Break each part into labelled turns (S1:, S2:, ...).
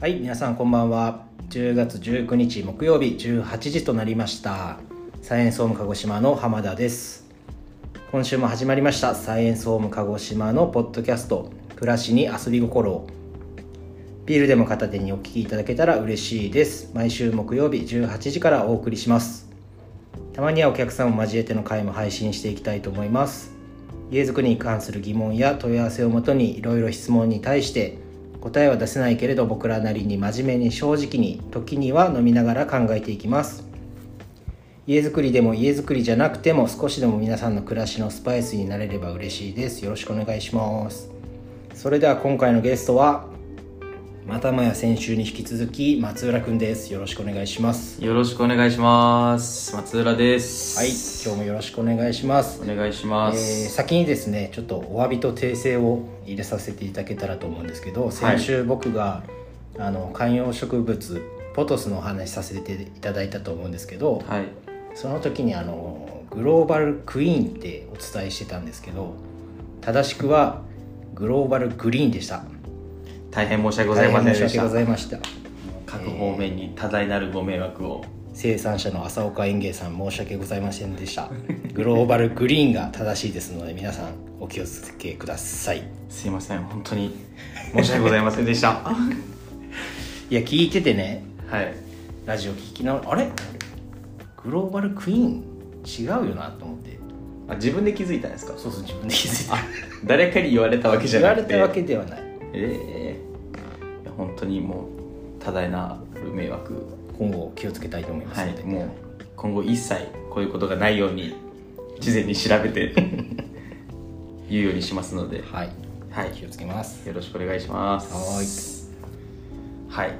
S1: はい皆さんこんばんは10月19日木曜日18時となりましたサイエンスホーム鹿児島の浜田です今週も始まりましたサイエンスホーム鹿児島のポッドキャスト暮らしに遊び心をビールでも片手にお聞きいただけたら嬉しいです毎週木曜日18時からお送りしますたまにはお客さんを交えての回も配信していきたいと思います家づくりに関する疑問や問い合わせをもとにいろいろ質問に対して答えは出せないけれど僕らなりに真面目に正直に時には飲みながら考えていきます家づくりでも家づくりじゃなくても少しでも皆さんの暮らしのスパイスになれれば嬉しいですよろしくお願いしますそれでは今回のゲストはまたもや先週に引き続き松浦くんですよろしくお願いします
S2: よろしくお願いします。松浦です。
S1: はい、今日もよろしくお願いします。
S2: お願いし
S1: え
S2: ま
S1: ー
S2: す。
S1: 先にですね、ちょっとお詫びと訂正を入れさせていただけたらと思うんですけど、先週僕が、あの観葉植物ポトスのお話しさせていただいたと思うんですけど、
S2: はい。
S1: その時にあのグローバルクイーンってお伝えしてたんですけど、正しくはグローバルグリーンでした。
S2: 大変申し訳ございません
S1: 大変
S2: で
S1: 申
S2: し
S1: し訳
S2: た。
S1: ございました。
S2: 各方面に多大なるご迷惑を。
S1: 生産者の浅岡園芸さん申し訳ございませんでしたグローバルグリーンが正しいですので皆さんお気をつけください
S2: すいません、本当に申し訳ございません でした。はい
S1: や聞いててね
S2: い。
S1: ラジオ聞きながらあれグローバルクイーン違うよなと思って
S2: あ、自分で気づいたんですか。
S1: そうそう自分で気づい
S2: あ、誰かに言われたわけ
S1: た
S2: じゃ
S1: 言わ
S2: な
S1: れ
S2: くて。
S1: たわけではない
S2: ええいや本当にもう多大なる迷惑。
S1: 今後気をつけたいと思います
S2: は
S1: の
S2: い。
S1: で、
S2: もう今後一切こういうことがないように事前に調 べて言うようにしますので。
S1: はい
S2: はい。
S1: 気をつけます
S2: よろしくお願いしますはい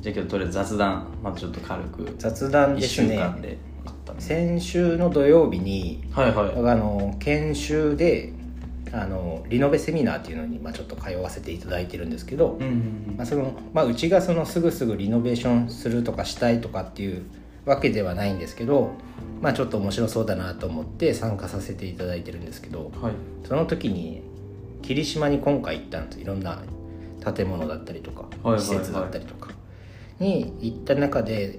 S2: じゃあ今日とりあえず雑談まずちょっと軽く
S1: 雑談で
S2: 1
S1: す
S2: 週間
S1: ね
S2: であったんで
S1: 先週の土曜日に
S2: はいは
S1: あの研修であのリノベセミナーっていうのに、まあ、ちょっと通わせていただいてるんですけど
S2: い、うんうん
S1: まあそのまあ、うちがそのすぐすぐリノベーションするとかしたいとかっていうわけではないんですけど、まあ、ちょっと面白そうだなと思って参加させていただいてるんですけど
S2: うんはい
S1: その時に霧島に今回行ったんですいろんな建物だったりとか
S2: はいはいはい
S1: 施設だったりとかに行った中で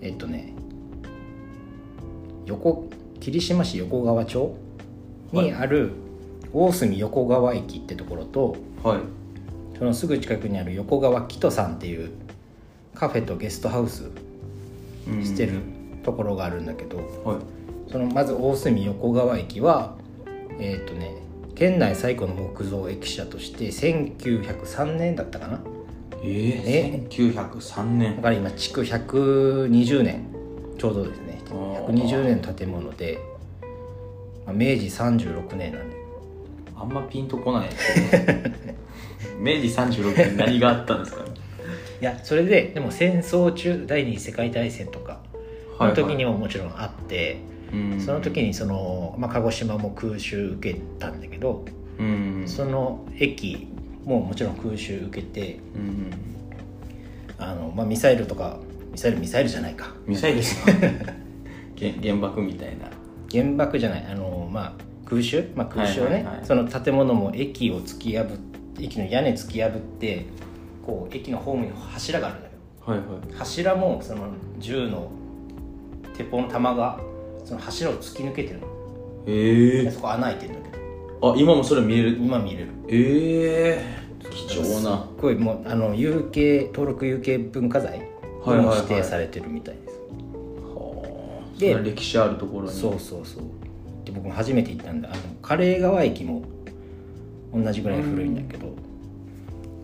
S1: えっとね横霧島市横川町にある大隅横川駅ってところと
S2: はい
S1: そのすぐ近くにある横川キトさんっていうカフェとゲストハウス
S2: うんうん
S1: してるところがあるんだけど、
S2: はい
S1: そのまず大隅横川駅はえっ、とね県内最古の木造駅舎として1903年だったかな
S2: ええ1903
S1: だ
S2: 年
S1: から今築120年ちょうどですね
S2: あー
S1: 120年の建物で、まあ明治36年なんで
S2: あんまピンとこない ですけど明治36年何があった んですかね
S1: いやそれででも戦争中第二次世界大戦とか
S2: はい
S1: の
S2: はい
S1: 時にももちろんあって、
S2: うん
S1: その時にその、まあ、鹿児島も空襲受けたんだけど、
S2: うん
S1: その駅ももちろん空襲受けて
S2: うんうん
S1: あの、まあ、ミサイルとかミサイルミサイルじゃないか
S2: ミサイルで すか原原爆みたいな
S1: 原爆じゃないあの、まあ、空襲、まあ、空襲をね、
S2: はいはいはい
S1: その建物も駅を突き破って駅の屋根突き破ってこう駅のホームに柱があるんだよ
S2: はいはい
S1: 柱もその銃の鉄砲の弾がその柱を突き抜けてるの
S2: え
S1: で
S2: え
S1: そこ穴開いてるんだけど
S2: あ今もそれ見える
S1: 今見れる
S2: ええ貴重
S1: すっ
S2: な
S1: ごいもうあの有形登録有形文化財に
S2: はいはいはい
S1: 指定されてるみたいです、で
S2: で歴史あるところに
S1: そうそうそうで僕も初めて行ったんであのカレー川駅も同じぐらい古いんだけど、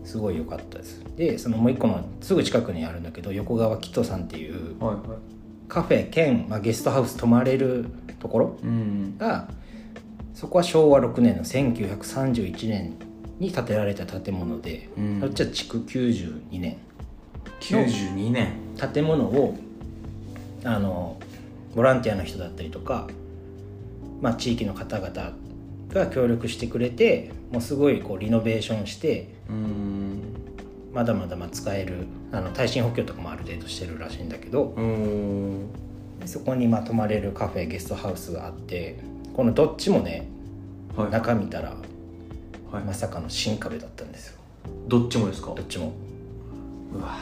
S1: すごい良かったですでそのもう一個のすぐ近くにあるんだけど横川キトさんっていう
S2: はいは
S1: カフェ兼、まあ、ゲストハウス泊まれるところ
S2: いうん
S1: がそこは昭和6年の1931年に建てられた建物で、
S2: うん
S1: そっちは築92年
S2: 92年
S1: 建物をあのボランティアの人だったりとか、まあ、地域の方々が協力してくれてもうすごいこうリノベーションして
S2: うん
S1: まだまだまあ使えるあの耐震補強とかもある程度してるらしいんだけど
S2: うん
S1: そこにまあ泊まれるカフェゲストハウスがあってこのどっちもね
S2: はい
S1: 中見たら
S2: はい
S1: まさかの新壁だったんですよ
S2: どっちもですか
S1: どっちも
S2: うわ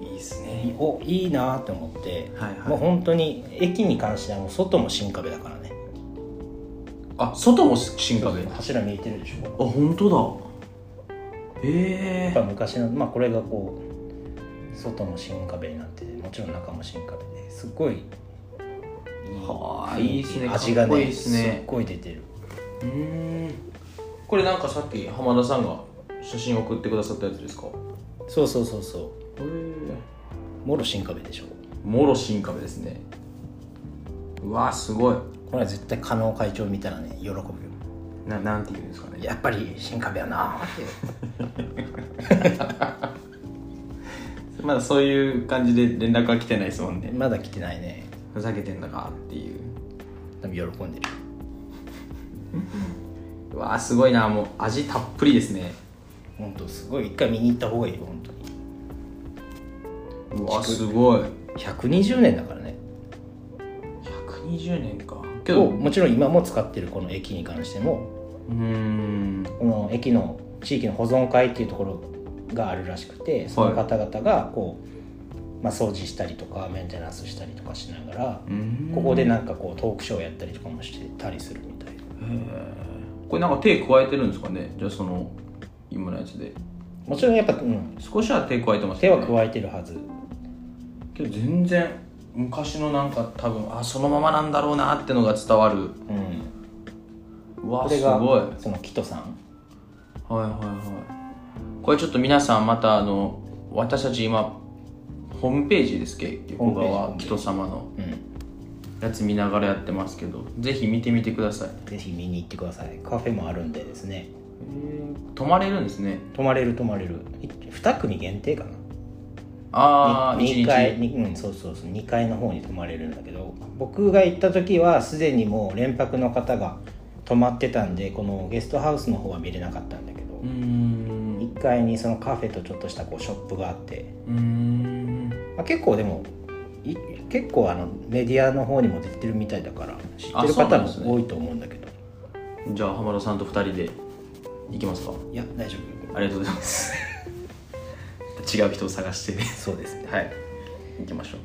S2: いいっすね
S1: おいいなって思って、
S2: はいはい
S1: もう本当に駅に関してはもう外も新壁だからね
S2: あ外も新壁あ
S1: 柱見えてるでしょ
S2: 本当だ
S1: やっ
S2: え
S1: ぱ昔のまあこれがこう外も新壁になっててもちろん中も新壁ですっごい
S2: ー、はあ
S1: 雰
S2: い
S1: 囲
S2: いっ
S1: 気
S2: すね
S1: 味が
S2: かっこいい
S1: ね
S2: っす
S1: すっ
S2: ね
S1: ごい出てる
S2: うーんこれなんかさっき浜田さんが写真送ってくださったやつですか
S1: そうそうそうそ
S2: へえ
S1: うもろ新壁でしょ
S2: もろ新壁ですねうわすごい
S1: これは絶対加納会長見たらね喜ぶよ
S2: ななんて言うんですかね
S1: やっぱり新壁やな
S2: まだそういう感じで連絡は来てないですもんね
S1: まだ来てないね
S2: ふざけてんだかっていう
S1: 多分喜んでる
S2: うわすごいなもう味たっぷりですね
S1: 本当すごい一回見に行った方がいいよ本当に
S2: うわすごい
S1: 120年だからね
S2: 120年かけど
S1: を
S2: う
S1: もちろん今も使ってるこの駅に関しても
S2: ーん
S1: この駅の地域の保存会っていうところがあるらしくてその方々がこう、まあ、掃除したりとかメンテナンスしたりとかしながら
S2: うーん
S1: ここでなんかこうトークショーやったりとかもしてたりするみたいな
S2: これなんか手加えてるんですかねじゃあその今のやつで
S1: もちろんやっぱ、うん、
S2: 少しは手加えてます
S1: 手
S2: よ
S1: は
S2: ね
S1: 加えてるはず
S2: けど全然昔のなんか多分あそのままなんだろうなってのが伝わる
S1: うん、
S2: うわ
S1: こ
S2: す
S1: れ
S2: ごい
S1: が
S2: はい
S1: そのキトさん
S2: はいはいこれちょっと皆さんまたあの私たち今ホームページですっけ
S1: ホー
S2: 横
S1: ムページホー
S2: 川
S1: ムページ
S2: 人様の
S1: うん
S2: やつ見ながらやってますけどぜひ見てみてください
S1: ぜひ見に行ってくださいカフェもあるんでですね
S2: 泊まれるんですね
S1: 泊まれる泊まれる2組限定かな
S2: ああ一
S1: 2
S2: 日
S1: 階にうんそうそうそう2階の方に泊まれるんだけど僕が行った時はすでにもう連泊の方が泊まってたんでこのゲストハウスの方は見れなかったんだけど、
S2: うーん
S1: 1階にそのカフェとちょっとしたこうショップがあって、
S2: うーん
S1: まあ、結構でもい結構あのメディアの方にも出てるみたいだから知って
S2: あ
S1: る
S2: そう
S1: 方
S2: なんですね
S1: も多いと思うんだけど、
S2: じゃあ浜田さんと2人で行きますか
S1: いや大丈
S2: ありがとうございます 違う人を探して
S1: 夫そうですね
S2: はい行きましょ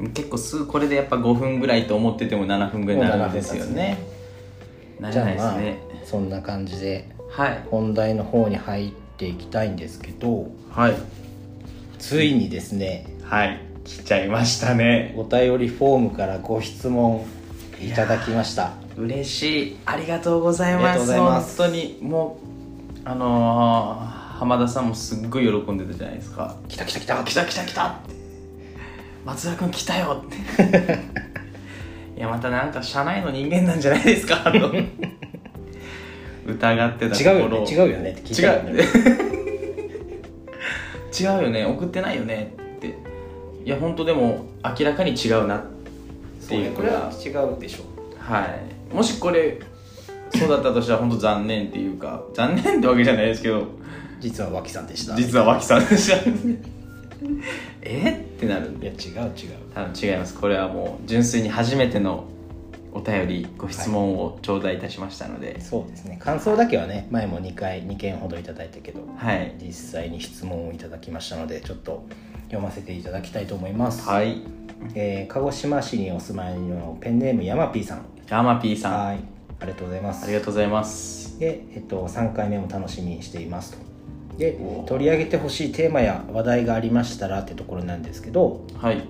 S2: う結構すぐこれでやっぱ5分ぐらいと思ってても7分ぐらいになるんですよねな
S1: じゃ
S2: れ
S1: あ
S2: ないです
S1: まあ
S2: ね
S1: そんな感じで
S2: はい
S1: 本題の方に入っていきたいんですけど
S2: はい
S1: ついにですね、
S2: はい来ちゃいましたね
S1: お便りフォームからご質問いただきました
S2: 嬉しいありがとうござい
S1: ありが
S2: ま
S1: とう
S2: す
S1: ございます
S2: 本当にもうあのー浜田さんもすっごい喜んでたじゃないですか
S1: 来た来た来
S2: 「あ
S1: た
S2: 来た来た来た!」って「松田君来たよ!」って いやまたなんか社内の人間なんじゃないですかと疑ってたとこ
S1: 違うよ
S2: ろ
S1: ね違うよねって聞いたよね
S2: 違う違うよね送ってないよねっていや本当でも明らかに違うなっていうのが
S1: 違うでしょ
S2: はいもしこれそうだったとしたら本当残念っていうか残念ってわけじゃないですけど
S1: 実は脇さんでした
S2: 実は脇さんでしたえってなるん
S1: い
S2: で
S1: や違う違う
S2: 多分違いますこれはもう純粋に初めてのお便りご質問を頂戴いたしましたので
S1: そうですね感想だけはね前も2回2件ほどいただいたけど
S2: はい
S1: 実際に質問をいただきましたのでちょっと読ませていただきたいと思います、
S2: はい
S1: えー鹿児島市にお住まいのペンネームヤマピーさん
S2: ラマピーさんあ
S1: はいありがとうございます
S2: りがとうございます
S1: で、えっと、3回目も楽しみにしていますとで
S2: おー
S1: 取り上げてほしいテーマや話題がありましたらってところなんですけど、
S2: はい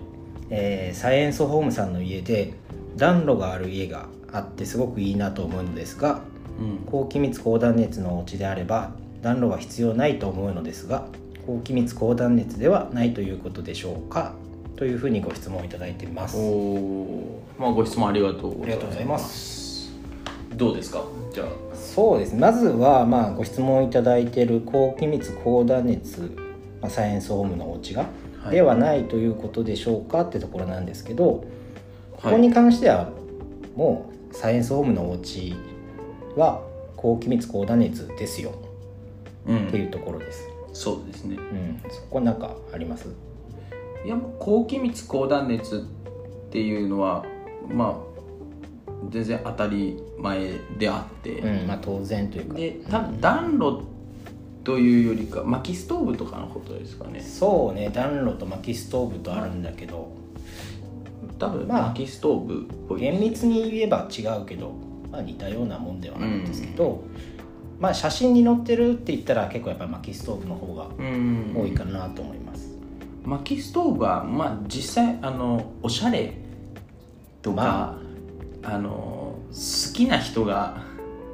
S1: えーサイエンスホームさんの家で暖炉がある家があってすごくいいなと思うのですが
S2: うん
S1: 高気密高断熱のお家であれば暖炉は必要ないと思うのですが高気密高断熱ではないということでしょうかというふうにご質問いただいてます
S2: おおーまあご質問ありがとう
S1: ありがとうございます
S2: どうですかじゃあ
S1: そうですねまずはまあご質問いただいている高気密高断熱、まあ、サイエンスホームのお家が、
S2: はい
S1: ではないということでしょうかってところなんですけどここ
S2: はい
S1: に関してはもうサイエンスホームのお家は高気密高断熱ですよ
S2: う
S1: ってい
S2: ん
S1: うところです、
S2: そうですね
S1: うん、そこなんかあります
S2: いやもう高気密高断熱っていうのはまあ全然当たり前であって、
S1: うんまあ当然というか
S2: で多分暖炉というよりか薪ストーブとかのことですかね
S1: そうね暖炉と薪ストーブとあるんだけど
S2: 多分
S1: まあ
S2: 薪ストーブっぽい
S1: 厳密に言えば違うけど、まあ、似たようなもんではあるんですけど、まあ写真に載ってるって言ったら結構やっぱり薪ストーブの方が
S2: うん
S1: 多いかなと思います、
S2: 薪ストーブはまあ実際あのおしゃれとか、
S1: ま
S2: あの好きな人が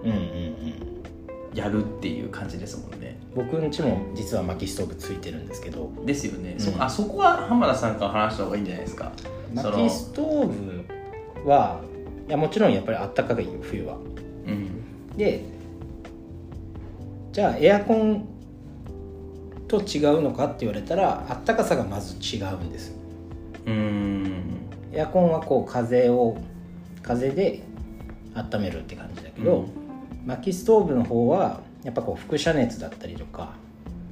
S1: うん、うんうん
S2: やるっていう感じですもんね
S1: 僕んちも実は薪ストーブついてるんですけど
S2: ですよね、そ
S1: うん
S2: あそこは浜田さんから話した方がいいんじゃないですかその
S1: 薪ストーブはいやもちろんやっぱりあったかいよ冬は
S2: うん
S1: でじゃあエアコンと違うのかって言われたらあったかさがまず違うんですよ
S2: うん
S1: エアコンはこう風を風で温めるって感じだけど、薪ストーブの方はやっぱこう輻射熱だったりとか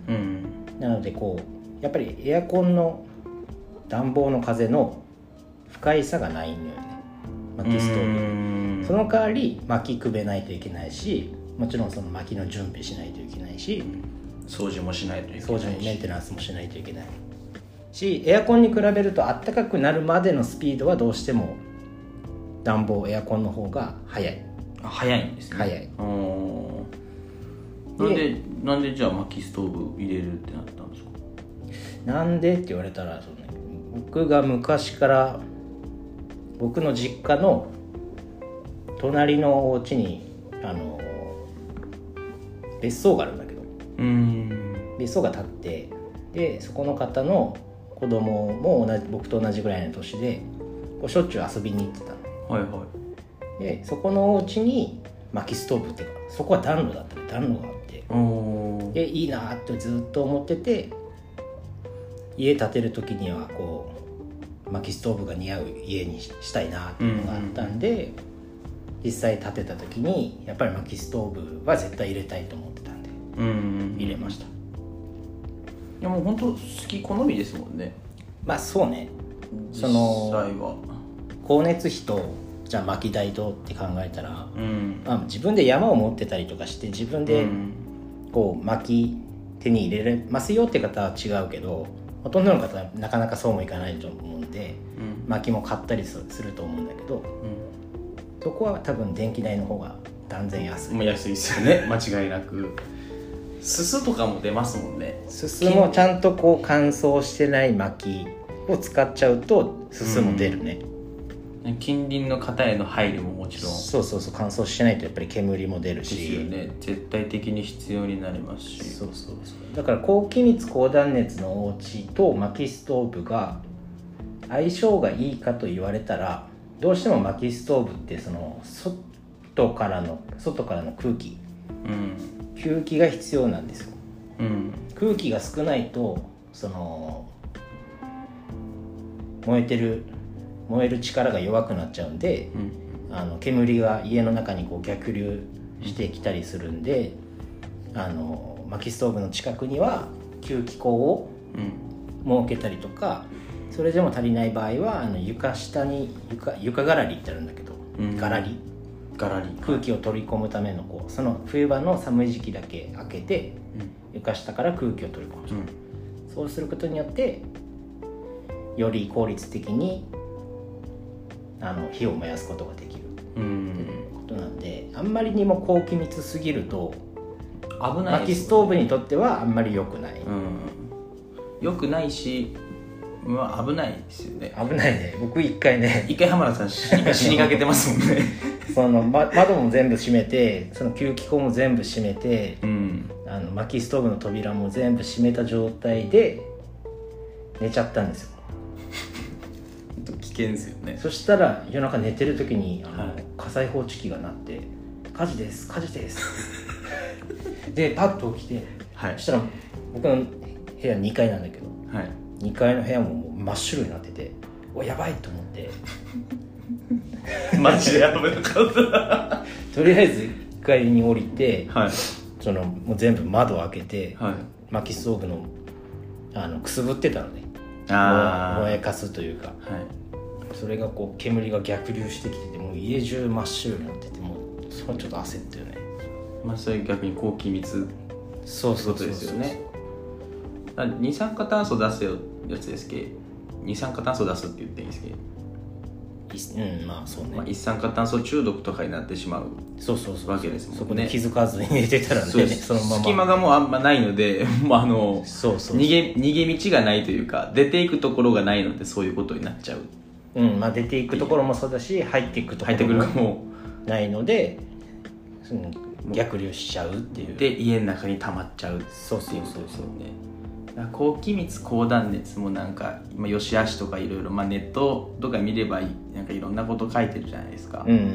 S2: うん
S1: なのでこうやっぱりエアコンの暖房の風の不快さがないのよね薪ストーブは
S2: ブ
S1: その代わり薪くべないといけないしもちろんその薪の準備しないといけないし
S2: 掃除もしないといけないし
S1: 掃除もメンテナンスもしないといけないしエアコンに比べるとあったかくなるまでのスピードはどうしても暖房エアコンの方が早い
S2: あ早いんですね
S1: 早い
S2: おーなんでなんでじゃあ薪ストーブ入れるってなったんですか
S1: なんでって言われたらそう、ね、僕が昔から僕の実家の隣のお家にあの別荘があるんだけど
S2: うん
S1: 別荘が建ってでそこの方の子供も同じ僕と同じぐらいの年でこうしょっちゅう遊びに行ってたの
S2: はいはい
S1: でそこのお家に薪ストーブっていうかそこは暖炉だったり暖炉があって
S2: おー
S1: でいいなってずっと思ってて家建てる時にはこう薪ストーブが似合う家にししたいなっていうのがあったんで、実際建てた時にやっぱり薪ストーブは絶対入れたいと思ってたんで
S2: うん
S1: 入れました、
S2: いやもう本当好き好みですもんね
S1: まあそうね
S2: 実
S1: そ
S2: 際
S1: の
S2: は
S1: 光熱費とじゃあ薪代とって考えたら、
S2: うん
S1: まあ、自分で山を持ってたりとかして自分で
S2: うん
S1: こう薪手に入れれますよって方は違うけどほとんどの方はなかなかそうもいかないと思うんで
S2: うん
S1: 薪も買ったりすすると思うんだけどそこは多分電気代の方が断然安
S2: うん
S1: い
S2: もう安いですよね間違いなくすすとかも出ますもんね
S1: すすもちゃんとこう乾燥してない薪を使っちゃうとすすも出るね、
S2: 近隣の方への配慮ももちろん
S1: そうそうそう乾燥してないとやっぱり煙も出る
S2: で
S1: し
S2: すよね絶対的に必要になりますし
S1: そうそうそうだから高気密高断熱のお家と薪ストーブが相性がいいかと言われたらどうしても薪ストーブってその外からの外からの空気
S2: うん
S1: 吸気が必要なんですよ
S2: うん
S1: 空気が少ないとその燃えてる燃える力が弱くなっちゃうんで
S2: うん
S1: あの煙が家の中にこう逆流してきたりするんで、あの薪ストーブの近くには吸気口を
S2: うん
S1: 設けたりとかそれでも足りない場合はあの床下に床床がらりってあるんだけど、
S2: うん
S1: がらり
S2: ガラリ
S1: 空気を取り込むためのこうその冬場の寒い時期だけ開けて
S2: うん
S1: 床下から空気を取り込む、
S2: うん
S1: そうすることによってより効率的にあの火を燃やすことができる
S2: うん
S1: ことなんであんまりにも高気密すぎると
S2: 危ない
S1: 薪
S2: です
S1: ストーブにとってはあんまり良くない、
S2: うんよくないし、まあ、危ないですよね
S1: 危ないね僕一回ね
S2: 一回浜田さん死 に死にかけてますもんね
S1: その、ま、窓も全部閉めてその吸気口も全部閉めて
S2: うん
S1: あの薪ストーブの扉も全部閉めた状態で寝ちゃったんですよ
S2: 本当危険ですよね
S1: そしたら夜中寝てる時にあの、
S2: はい
S1: 火災報知器が鳴って「火事です火事です」でパッと起きて
S2: はい
S1: そしたら僕の部屋2階なんだけど
S2: はい
S1: 2階の部屋ももう真っ白になってておやばいと思って
S2: マジで危なかった
S1: とりあえず1階に降りて
S2: はい
S1: そのもう全部窓を開けて
S2: はい
S1: 薪ストーブのあのくすぶってたのね
S2: ああ
S1: 燃えかすというか
S2: はい
S1: それがこう煙が逆流してきててもう家中真っ白になっててもうそれはちょっと焦ったよね
S2: まあそれ逆に高気密
S1: そうそう
S2: って
S1: そう
S2: ことで
S1: そ
S2: す
S1: う
S2: よねあ二酸化炭素出すよやつですけ二酸化炭素出すって言っていいんですけど、
S1: うんまあそうね、
S2: まあ、一酸化炭素中毒とかになってしまう
S1: そうそうそう
S2: わけですもんね
S1: そこで気づかずに入れてたらね
S2: そう
S1: そ
S2: です
S1: のまま
S2: 隙間がもうあんまないので もうあの
S1: そうそう
S2: 逃げ逃げ道がないというか出ていくところがないのでそういうことになっちゃう
S1: うんまあ、出ていくところもそうだし入っていくとこ
S2: 入って
S1: ろ
S2: くる
S1: も
S2: かも
S1: ないので、うん、逆流しちゃうっていう
S2: で家の中に溜まっちゃうって
S1: そうそう
S2: いうこ
S1: そ
S2: と
S1: う
S2: です
S1: そ
S2: よ
S1: う
S2: ねだから高気密高断熱もなんか、まあ、よしあしとかいろいろまあネットとか見ればいいなんかいろんなこと書いてるじゃないですか、
S1: うん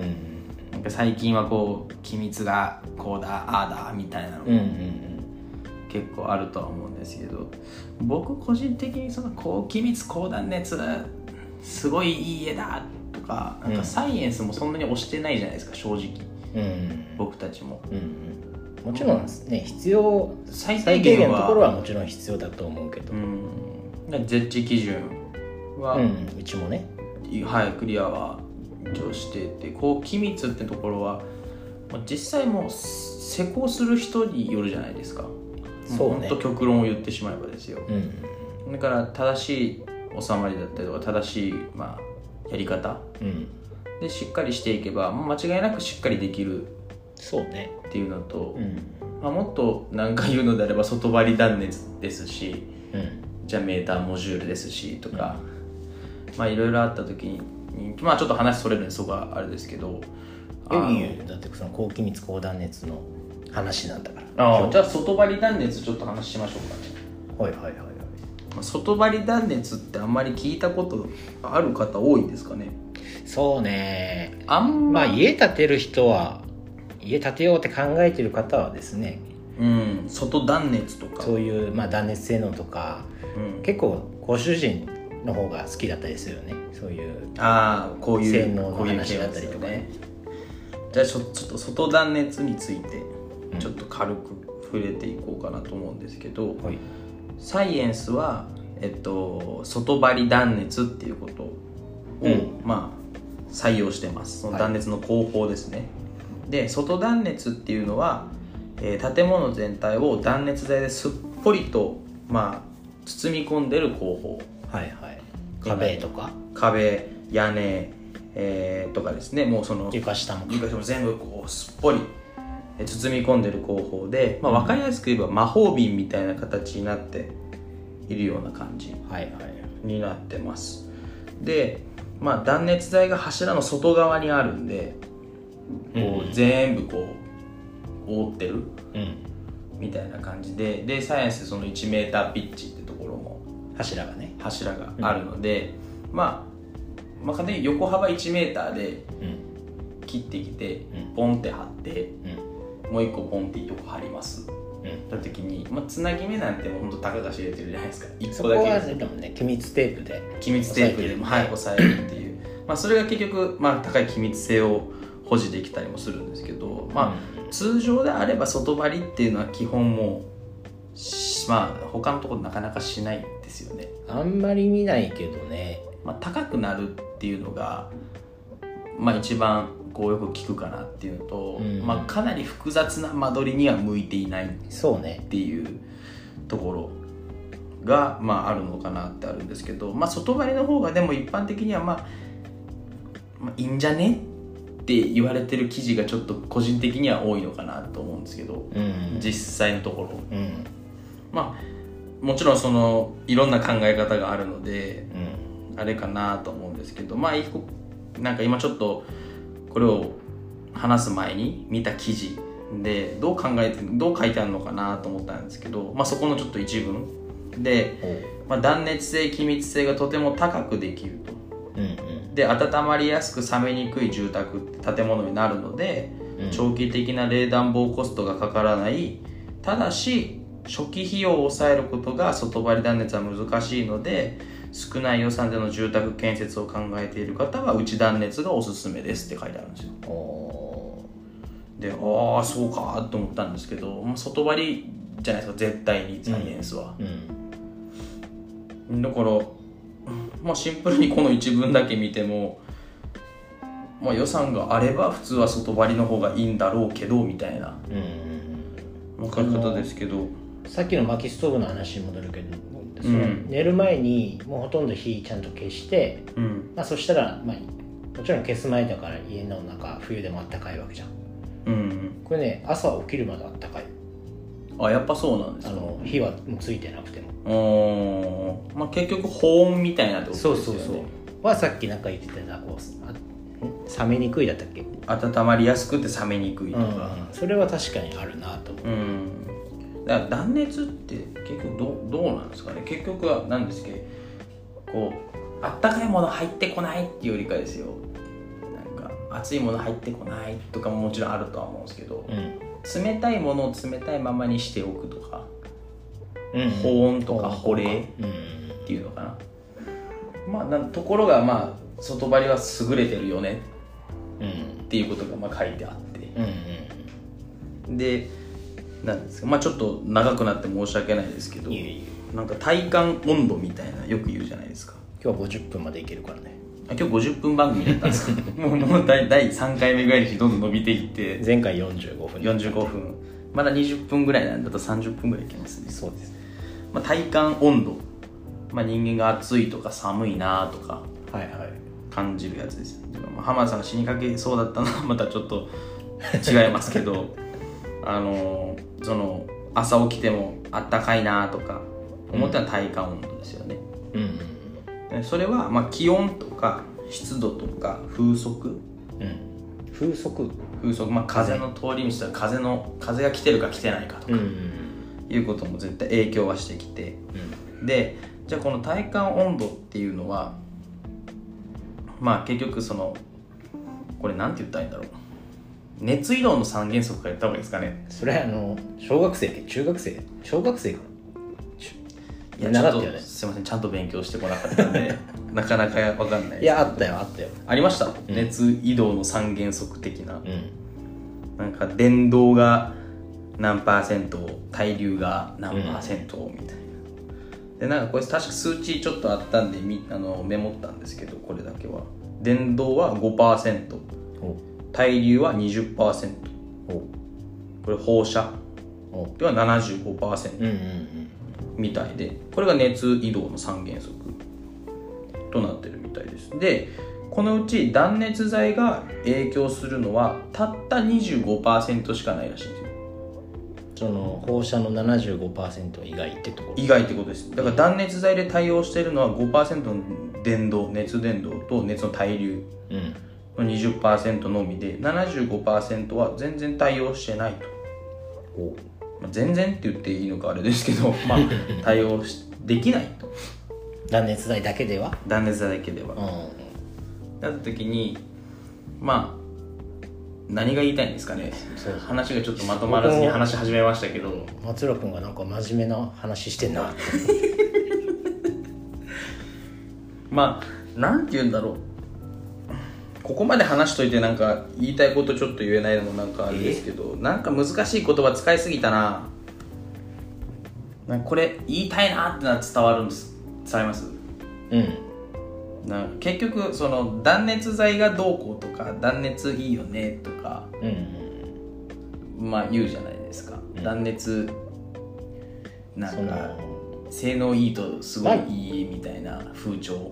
S2: なんか最近はこう機密がこうだああだみたいなの
S1: うんうんうんう
S2: が
S1: ん
S2: 結構あるとは思うんですけど、僕個人的にその高機密高断熱すごいいい家だとかなん
S1: う
S2: か
S1: ん
S2: サイエンスもそんなに推してないじゃないですか正直
S1: うん
S2: 僕たちも
S1: うんうんもちろんね必要
S2: 最
S1: 最
S2: 低
S1: 低
S2: 限
S1: 限の
S2: は
S1: ところはもちろん必要だと思うけど
S2: う、んだから絶地基準は、
S1: うんうんうちもね
S2: はいクリアは一応してて高機密ってところはまあ実際もう施工する人によるじゃないですか
S1: そうね
S2: 本当極論を言ってしまえばですよ
S1: うん
S2: だから正しい収まりだったりとか正しい、まあ、やり方
S1: うん
S2: でしっかりしていけばもう間違いなくしっかりできる
S1: そうね
S2: っていうのと
S1: う、ん
S2: まあ、もっとなんか言うのであれば外張り断熱ですし
S1: うん
S2: じゃあメーターモジュールですしとか、まあいろいろあった時にまあちょっと話それるんでそこはあれですけど
S1: いやいい
S2: の
S1: よだってその高気密高断熱の話なんだから
S2: ああ
S1: じ
S2: じゃあ外張り断熱ちょっと話しましょうかね
S1: ゃはいはいはいはい
S2: まあ外張り断熱ってあんまり聞いたことある方多いですかね
S1: そうね
S2: あん
S1: ま
S2: ま
S1: あ
S2: り、
S1: 家建てる人は家建てようって考えてる方はですね
S2: うん、外断熱とか
S1: そういう、まあ、断熱性能とか
S2: うん
S1: 結構ご主人の方が好きだったりするよねそういう
S2: ああこういう
S1: 性能の
S2: こういう
S1: 話だったりとかね
S2: 系ですよねじゃあちょちょっと外断熱について
S1: うん
S2: ちょっと軽く触れていこうかなと思うんですけど、
S1: はい
S2: サイエンスは、えっと、外張り断熱っていうことを、
S1: うん
S2: まあ、採用してますその断熱の工法ですね、で外断熱っていうのは、えー建物全体を断熱材ですっぽりと、まあ、包み込んでる工法
S1: はいはい壁とか
S2: 壁屋根、えーとかですねもうその
S1: 床下も
S2: 床下も全部こうすっぽりえー包み込んでる工法で、まあ、分かりやすく言えば魔法瓶みたいな形になっているような感じ
S1: はいはい
S2: になってますで、まあ、断熱材が柱の外側にあるんでこう全部こう覆ってる
S1: うん
S2: みたいな感じででサイエンスその 1m ピッチってところも
S1: 柱がね
S2: 柱があるので、まあ、まあ、簡単に横幅 1m で
S1: うん
S2: 切ってきて
S1: うん
S2: ポンって貼って
S1: うん
S2: もう一個ポンって横貼ります
S1: うん
S2: た時に、まあ、つなぎ目なんてもうほんとたかが知れてるじゃないですか一
S1: そ
S2: 個
S1: こ
S2: だ
S1: は
S2: け
S1: でもね機密テープで
S2: 機密テープでもはい押さえるっていう、まあ、それが結局、まあ、高い機密性を保持できたりもするんですけど、まあ、通常であれば外張りっていうのは基本もうしまあ他のところなかなかしないですよね
S1: あんまり見ないけどね
S2: まあ、高くなるっていうのが、まあ、一番こうよく聞くかなっていうのと、
S1: うん
S2: まあ、かなり複雑な間取りには向いていないっ
S1: そうね
S2: ていうところが、まあ、あるのかなってあるんですけど、まあ、外張りの方がでも一般的には、まあ、まあいいんじゃねって言われてる記事がちょっと個人的には多いのかなと思うんですけど
S1: うん
S2: 実際のところ。
S1: うん
S2: まあもちろんそのいろんな考え方があるので
S1: うん
S2: あれかなと思うんですけどまあ一個なんか今ちょっとこれを話す前に見た記事でどう考えてどう書いてあるのかなと思ったんですけど、まあ、そこのちょっと一文で、
S1: おう
S2: まあ、断熱性気密性がとても高くできると
S1: うん
S2: で温まりやすく冷めにくい住宅建物になるので
S1: うん
S2: 長期的な冷暖房コストがかからないただし初期費用を抑えることが外張り断熱は難しいので少ない予算での住宅建設を考えている方は内断熱がおすすめですって書いてあるんですよ
S1: うんお
S2: でああそうかと思ったんですけどもう外張りじゃないですか絶対にサイエンスは、
S1: ーうん
S2: だからまあシンプルにこの一文だけ見てもまあ予算があれば普通は外張りの方がいいんだろうけどみたいな
S1: うん
S2: 分かる方ですけど
S1: さっきの薪ストーブの話に戻るけど、そ
S2: うん
S1: の寝る前にもうほとんど火ちゃんと消して、
S2: うん
S1: まあ、そしたら、まあ、もちろん消す前だから家の中冬でもあったかいわけじゃん
S2: うん
S1: これね朝起きるまであったかい
S2: あやっぱそうなんです
S1: あ
S2: か
S1: の火はもうついてなくても
S2: おーまあ結局保温みたいなってことですよね
S1: はさっきなんか言ってたこうあん冷めにくいだったっけ、うん
S2: 温まりやすくて冷めにくいとか
S1: それは確かにあるなと思う
S2: うん、だから断熱って結局どうどうなんですかね結局は何ですっけこうあったかいもの入ってこないっていうよりかですよなんか熱いもの入ってこないとかももちろんあるとは思うんですけど
S1: うん
S2: 冷たいものを冷たいままにしておくとか
S1: うん
S2: 保温とか保冷
S1: うん
S2: っていうのかなまあなんところがまあ外張りは優れてるよね
S1: うん
S2: っていうことがまあ書いてあって
S1: うん
S2: でなんですかまあちょっと長くなって申し訳ないですけ
S1: う
S2: ど
S1: んいえいえ
S2: なんか体感温度みたいなよく言うじゃないですか
S1: 今日は50分までいけるからね
S2: あ今日50分番組だった んですけどもうもう第第3回目ぐらいにどんどん伸びていって
S1: 前回45分
S2: 45分まだ20分ぐらいなんだと30分ぐらいいけますね、
S1: そうですね
S2: まあ、体感温度、まあ、人間が暑いとか寒いなとか
S1: はいはい
S2: 感じるやつですよ、まあ、浜田さんが死にかけそうだったのは またちょっと違いますけど あのその朝起きてもあったかいなとか思ったら体感温度ですよね、
S1: うん
S2: でそれはまあ気温とか湿度とか風速
S1: うんうん風速
S2: 風速、まあ、風の通り道とか風の風が来てるか来てないかとか
S1: うん
S2: いうことも絶対影響はしてきてでじゃあこの体感温度っていうのはまあ結局そのこれなんて言ったらいいんだろう熱移動の三原則から言った方がいいですかね
S1: それあの小学生中学生小学生か
S2: いや
S1: 習
S2: ち
S1: った
S2: ょ
S1: よ
S2: っ
S1: ね
S2: とすいませんちゃんと勉強してこなかったんで なかなかわかんない
S1: いやあったよあったよ
S2: ありました、熱移動の三原則的な
S1: うん
S2: なんか電動が何パーセント対流が何パーセントみたいな、でなんかこれ確か数値ちょっとあったんでみあのメモったんですけどこれだけは電動は5%
S1: お
S2: 対流は20%
S1: お
S2: これ放射
S1: お
S2: では75%
S1: うんうんうん
S2: みたいでこれが熱移動の三原則となってるみたいですでこのうち断熱材が影響するのはたった25%しかないらしいんですよ
S1: その放射の75%以外ってところ
S2: 以外ってことですだから断熱材で対応しているのは5%の電動熱伝導と熱の対流
S1: うん
S2: の20%のみで75%は全然対応してないと、
S1: お
S2: まあ、全然って言っていいのかあれですけど、まあ、対応しできないと
S1: 断熱材だけでは
S2: 断熱材だけでは
S1: うん
S2: なった時にまあ何が言いたいんですかね
S1: そう
S2: 話がちょっとまとまらずに話し始めましたけど
S1: 松浦君がなんか真面目な話してんなって
S2: まあなんて言うんだろうここまで話しといてなんか言いたいことちょっと言えないのもなんかあれですけどなんか難しい言葉使いすぎたななんかこれ言いたいなってのは伝わるんです伝わります
S1: うん
S2: なんか結局その断熱材がどうこうとか断熱いいよねとか
S1: うんうん
S2: まあ言うじゃないですか、
S1: うん
S2: 断熱な
S1: そ
S2: んか
S1: の
S2: 性能いいとすごいいいみたいな風潮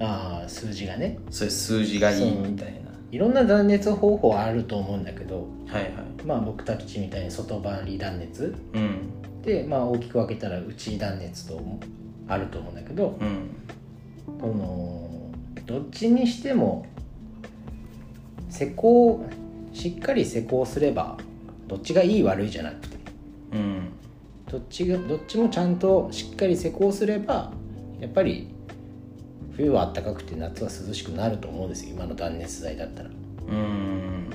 S1: ああ数字がね
S2: そういう数字がいいみたいない
S1: ろんな断熱方法あると思うんだけど
S2: はいはい
S1: まあ僕たちみたいに外張り断熱
S2: うん
S1: でまあ大きく分けたら内断熱とあると思うんだけど
S2: うん
S1: このどっちにしても施工しっかり施工すればどっちがいい悪いじゃなくて
S2: うん
S1: どっちがどっちもちゃんとしっかり施工すればやっぱり冬は暖かくて夏は涼しくなると思うんですよ今の断熱材だったら。
S2: うん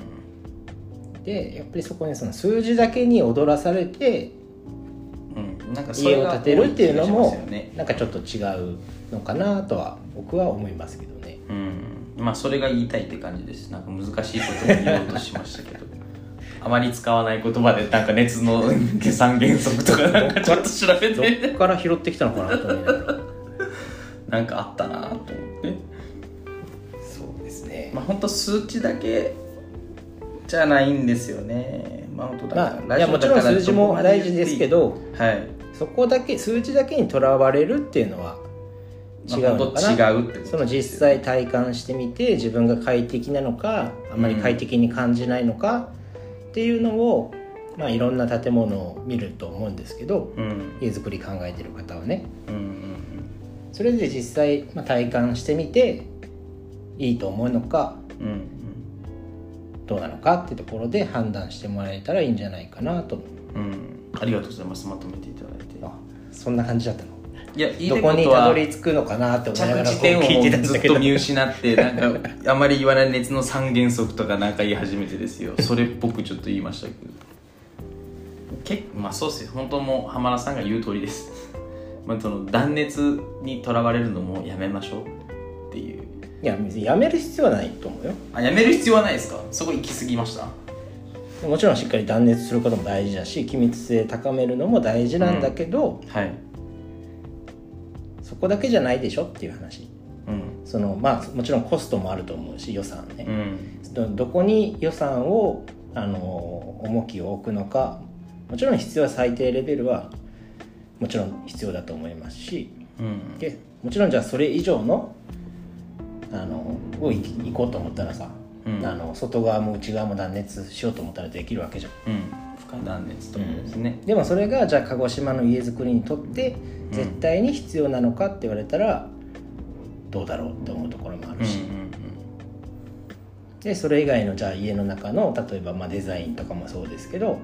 S1: でやっぱりそこにその数字だけに踊らされて
S2: うんなんかそ
S1: 家
S2: れ
S1: を
S2: が
S1: 建てるっていうの
S2: 多
S1: も
S2: い気がしますよね
S1: なんかちょっと違うのかなとは僕は思いますけどね。
S2: うんまあそれが言いたいって感じですなんか難しいことを言おうとしましたけどあまり使わない言葉でなんか熱の三原則とかなんかちょっと調べ
S1: ど
S2: て
S1: っから拾ってきたのかなと思いながら。
S2: なんかあったなと思って
S1: そうですね
S2: まあ本当数値だけじゃないんですよね、まマウントだから、
S1: まあ、いやもちろん数字も大事ですけ
S2: ど
S1: ど
S2: こまで言っていい、はい
S1: そこだけ数字だけにとらわれるっていうのは違う
S2: まあ
S1: の
S2: 本
S1: かな、
S2: 当違うってことです
S1: そ
S2: よ
S1: の実際体感してみて自分が快適なのかあんまり快適に感じないのかっていうのを、まあ、いろんな建物を見ると思うんですけど
S2: うんうん
S1: 家づくり考えてる方はね
S2: うん
S1: それで実際、まあ、体感してみていいと思うのか
S2: うんうん
S1: どうなのかってところで判断してもらえたらいいんじゃないかなと
S2: うんうんありがとうございますまとめていただいて
S1: あそんな感じだったの
S2: いや言いた
S1: ど
S2: いこ
S1: こに
S2: と
S1: たど
S2: は
S1: り着くのかなって思いなが
S2: 着
S1: ら
S2: 地点を
S1: こう聞いてたん
S2: ず
S1: だ
S2: っ
S1: けど
S2: と見失ってなんかあまり言わない熱の三原則とかなんか言い始めてですよそれっぽくちょっと言いましたけど結構まあそうっすよ本当もう浜田さんが言う通りですまあその断熱にとらわれるのもやめましょうっていう
S1: いや別にやめる必要はないと思うよ
S2: あやめる必要はないですかそこ行き過ぎました
S1: もちろんしっかり断熱することも大事だし気密性高めるのも大事なんだけど、
S2: はい
S1: そこだけじゃないでしょっていう話
S2: うん
S1: そのまあもちろんコストもあると思うし予算ね
S2: う、ん
S1: どどこに予算をあの重きを置くのかもちろん必要は最低レベルはもちろん必要だと思いますし
S2: うん
S1: でもちろんじゃあそれ以上のあのをい行こうと思ったらさ、
S2: うん
S1: あの外側も内側も断熱しようと思ったらできるわけじゃん
S2: うん深い断熱とかですね、
S1: でもそれがじゃあ鹿児島の家づくりにとって
S2: ん
S1: 絶対に必要なのかって言われたらどうだろうって思うところもあ
S2: う
S1: る
S2: ん
S1: し、でそれ以外のじゃあ家の中の例えばまあデザインとかもそうですけど
S2: うんうん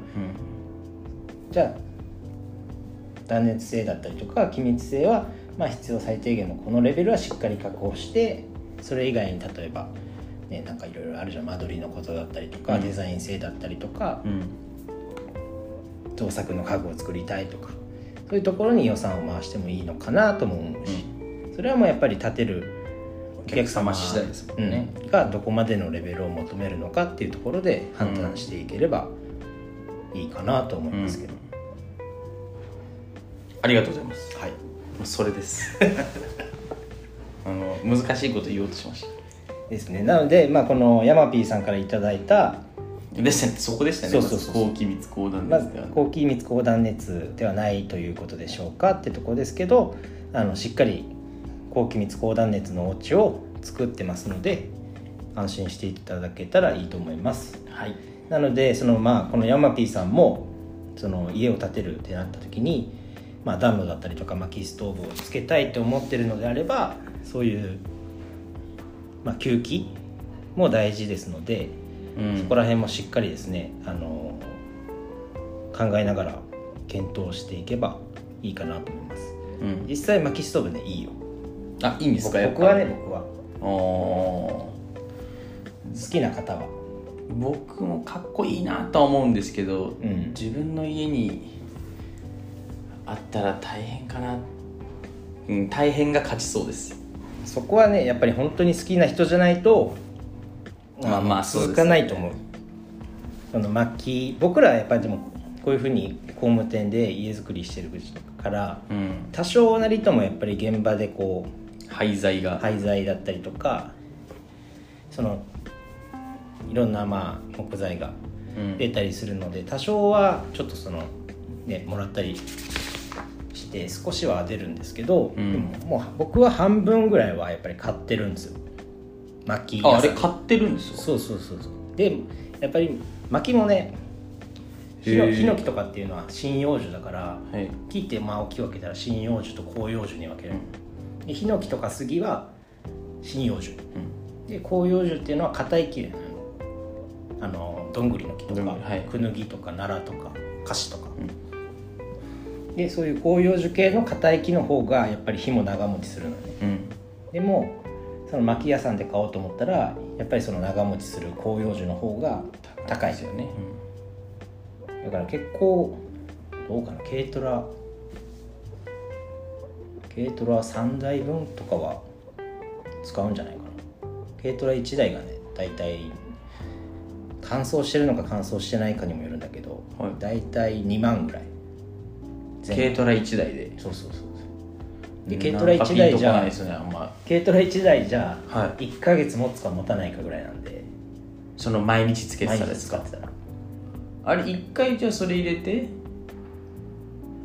S1: じゃあ断熱性だったりとか気密性はまあ必要最低限のこのレベルはしっかり確保してそれ以外に例えば、ね、なんかいろいろあるじゃん間取りのことだったりとか、
S2: うん
S1: デザイン性だったりとか
S2: うんうん
S1: 造作の家具を作りたいとかそういうところに予算を回してもいいのかなとも思うし、それはもうやっぱり建てる
S2: お客様次第ですもんね、
S1: うんがどこまでのレベルを求めるのかっていうところで判断していければいいかなと思いますけど、
S2: ありがとうございます
S1: はい
S2: それです あの難しいこと言おうとしまし
S1: ですねなので、まあ、このヤマピーさんからいただいた
S2: たでしたねそこでしたね
S1: そうそうそう
S2: 高機密高断
S1: ま
S2: 熱
S1: ず
S2: では、
S1: 高気密高断熱ではないということでしょうかってとこですけどあのしっかり高気密高断熱のお家を作ってますので安心していただけたらいいと思います
S2: はい
S1: なのでそのまあこのヤマピーさんもその家を建てるってなった時に、まあ、暖炉だったりとか薪ストーブをつけたいと思ってるのであればそういう、まあ、吸気も大事ですので
S2: うん
S1: そこら辺もしっかりですね、あの考えながら検討していけばいいかなと思います
S2: うん
S1: 実際薪ストーブねいいよ
S2: あいいんですかやっぱ
S1: 僕はね僕は
S2: お
S1: 好きな方は
S2: 僕もかっこいいなとは思うんですけど、
S1: うん
S2: 自分の家にあったら大変かなうん大変が勝ちそうです
S1: そこはねやっぱり本当に好きな人じゃないと
S2: まあまあそうです
S1: 続か
S2: ね
S1: ないと思うその薪僕らはやっぱりでもこういうふうに工務店で家づくりしてるから
S2: うん
S1: 多少なりともやっぱり現場でこう
S2: 廃材が、
S1: 廃材だったりとかそのいろんなまあ木材が
S2: うん
S1: 出たりするので多少はちょっとそのねもらったりして少しは出るんですけど、
S2: うん
S1: でももう僕は半分ぐらいはやっぱり買ってるんですよ薪
S2: あ
S1: が
S2: あれ買ってるんですよ
S1: そうそうそうそうでやっぱり薪もね
S2: へ
S1: ヒノ
S2: ー
S1: ヒノキとかっていうのは針葉樹だから
S2: はい
S1: 木ってまあ大きく分けたら針葉樹と広葉樹に分ける、でヒノキとか杉は針葉樹で広葉樹っていうのは硬い木なのあのどんぐりの木と
S2: どん
S1: か、
S2: ぐりはい
S1: クヌギとか奈良とかカシとか、
S2: う
S1: でそういう広葉樹系の硬い木の方がやっぱり火も長持ちするのね
S2: うんうん
S1: でもその薪屋さんで買おうと思ったらやっぱりその長持ちする広葉樹の方が高い
S2: ですよね、
S1: だから結構どうかな軽トラ軽トラ3台分とかは使うんじゃないかな軽トラ1台がね大体乾燥してるのか乾燥してないかにもよるんだけど、
S2: はい
S1: 大体2万ぐらい
S2: 軽トラ1台で
S1: そうそうそうそうで軽トラ1台じ
S2: なんかピンとこない
S1: ゃ
S2: ですねあんま
S1: 軽トラ1台じゃ
S2: はい
S1: 1ヶ月持つか持たないかぐらいなんで
S2: その毎日つけて
S1: 毎
S2: たで
S1: 日
S2: す
S1: 使
S2: か
S1: ってたら
S2: あれ一回じゃあそれ入れて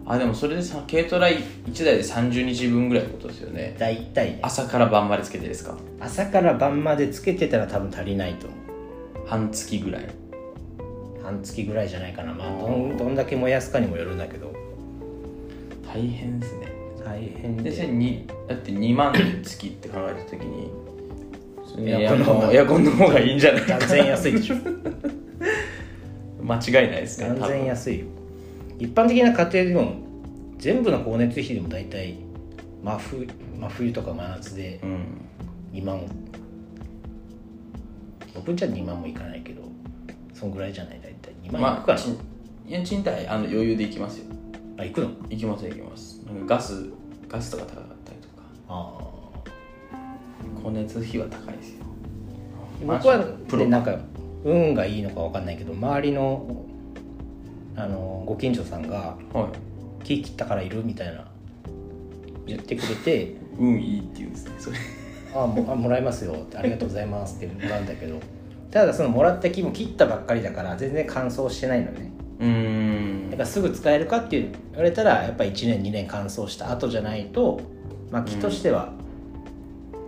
S2: あでもそれでさ軽トラ1台で30日分ぐらいってことですよね
S1: だいたいね
S2: 朝から晩までつけてですか
S1: 朝から晩までつけてたら多分足りないと思
S2: 半月ぐらいう
S1: 半月ぐらいじゃないかなまあどんどんだけ燃やすかにもよるんだけど
S2: 大変ですね
S1: 大変
S2: で
S1: で
S2: それにだって2万月って考えた時にエ
S1: エ
S2: ア
S1: アコンの方
S2: コン
S1: が
S2: エアコンの方がいいんじゃないか
S1: 断然安いでしょ
S2: 間違いないですね
S1: 断
S2: 多
S1: 然
S2: 分
S1: 安いよ一般的な家庭でも全部の光熱費でも大体真冬真冬とか真夏で
S2: うん
S1: 2万僕じゃ2万もいかないけどそんぐらいじゃない大体2万い
S2: ま
S1: くか
S2: あ
S1: な、
S2: 賃いや賃貸あの余裕で行きますよ
S1: あいくの
S2: 行きます行きますなんかガスガスとか高かったりとか
S1: ああ
S2: 光熱費は高いですよ
S1: 僕は
S2: マンションプ
S1: で
S2: ロ
S1: なんか運がいいのかわかんないけど周りのあのご近所さんが
S2: は
S1: 「
S2: い
S1: 木切ったからいる?」みたいな言ってくれて
S2: 運いいって言うんですね それ
S1: 「あもあもらいますよ」って「ありがとうございます」ってもらうんだけどただそのもらった木も切ったばっかりだから全然乾燥してないのね
S2: うー
S1: だ
S2: ん
S1: からすぐ使えるかって言われたらやっぱ1年2年乾燥した後じゃないと、まあ、木としては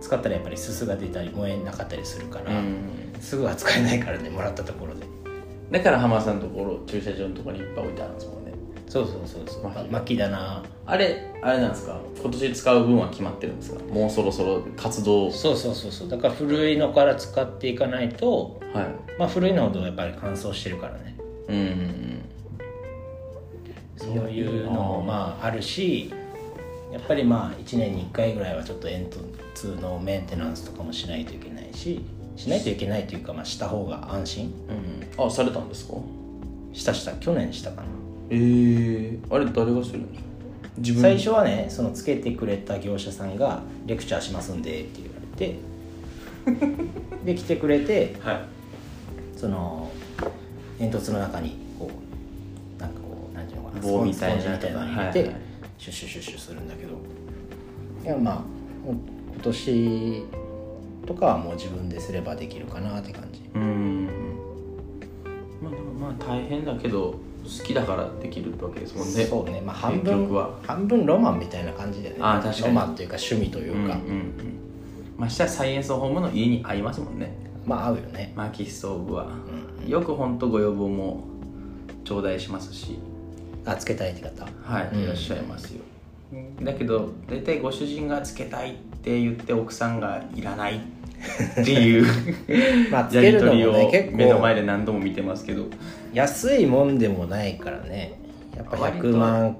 S1: 使ったらやっぱりすすが出たり燃えなかったりするから、
S2: うん
S1: すぐは使えないからねもらったところで。
S2: だから浜田さんのところ駐車場のところにいっぱい置いてあるんですもんね
S1: そうそうそうそう、
S2: ま
S1: ま、巻きだな
S2: あれあれなんですか今年使う分は決まってるんですかもうそろそろ活動はい
S1: そうそうそうそうだから古いのから使っていかないとまあ古いのほどやっぱり乾燥してるからね
S2: うんうんうん
S1: そういうのもまああるしやっぱりまあ1年に1回ぐらいはちょっと煙突のメンテナンスとかもしないといけないししないといけないというかまあした方が安心
S2: うんあされたんですか
S1: したした去年したかな
S2: えー、あれ誰がするんですか自分
S1: 最初はねそのつけてくれた業者さんが「レクチャーしますんで」って言われてで来てくれて
S2: はい
S1: その煙突の中にこうなんかこうなんていうのかな
S2: 棒みたいな
S1: スポンジみたいなの入れて、
S2: はいはい
S1: シュッシュッシュッシュッするんだけどいやまあ今年とかはもう自分ですればできるかなって感じ
S2: うんまあでもまあ大変だけど好きだからできるってわけですもんね
S1: そうねまあ半分
S2: 結局は
S1: 半分ロマンみたいな感じだよね
S2: あー確かに
S1: ロマンというか趣味というか、
S2: うんうんうんまあしたらサイエンスホームの家に合いますもんね
S1: まあ合うよね
S2: 薪ストーブは、よくほんとご要望も頂戴しますし
S1: あつけたいって方
S2: はい、
S1: うん
S2: いらっしゃいますよだけど大体ご主人がつけたいって言って奥さんがいらないっていう
S1: まあつ
S2: や
S1: け
S2: り
S1: るの
S2: 取り
S1: も
S2: を
S1: ね結
S2: 目の前
S1: 構
S2: で何度も見てますけど
S1: 安いもんでもないからねやっぱ100万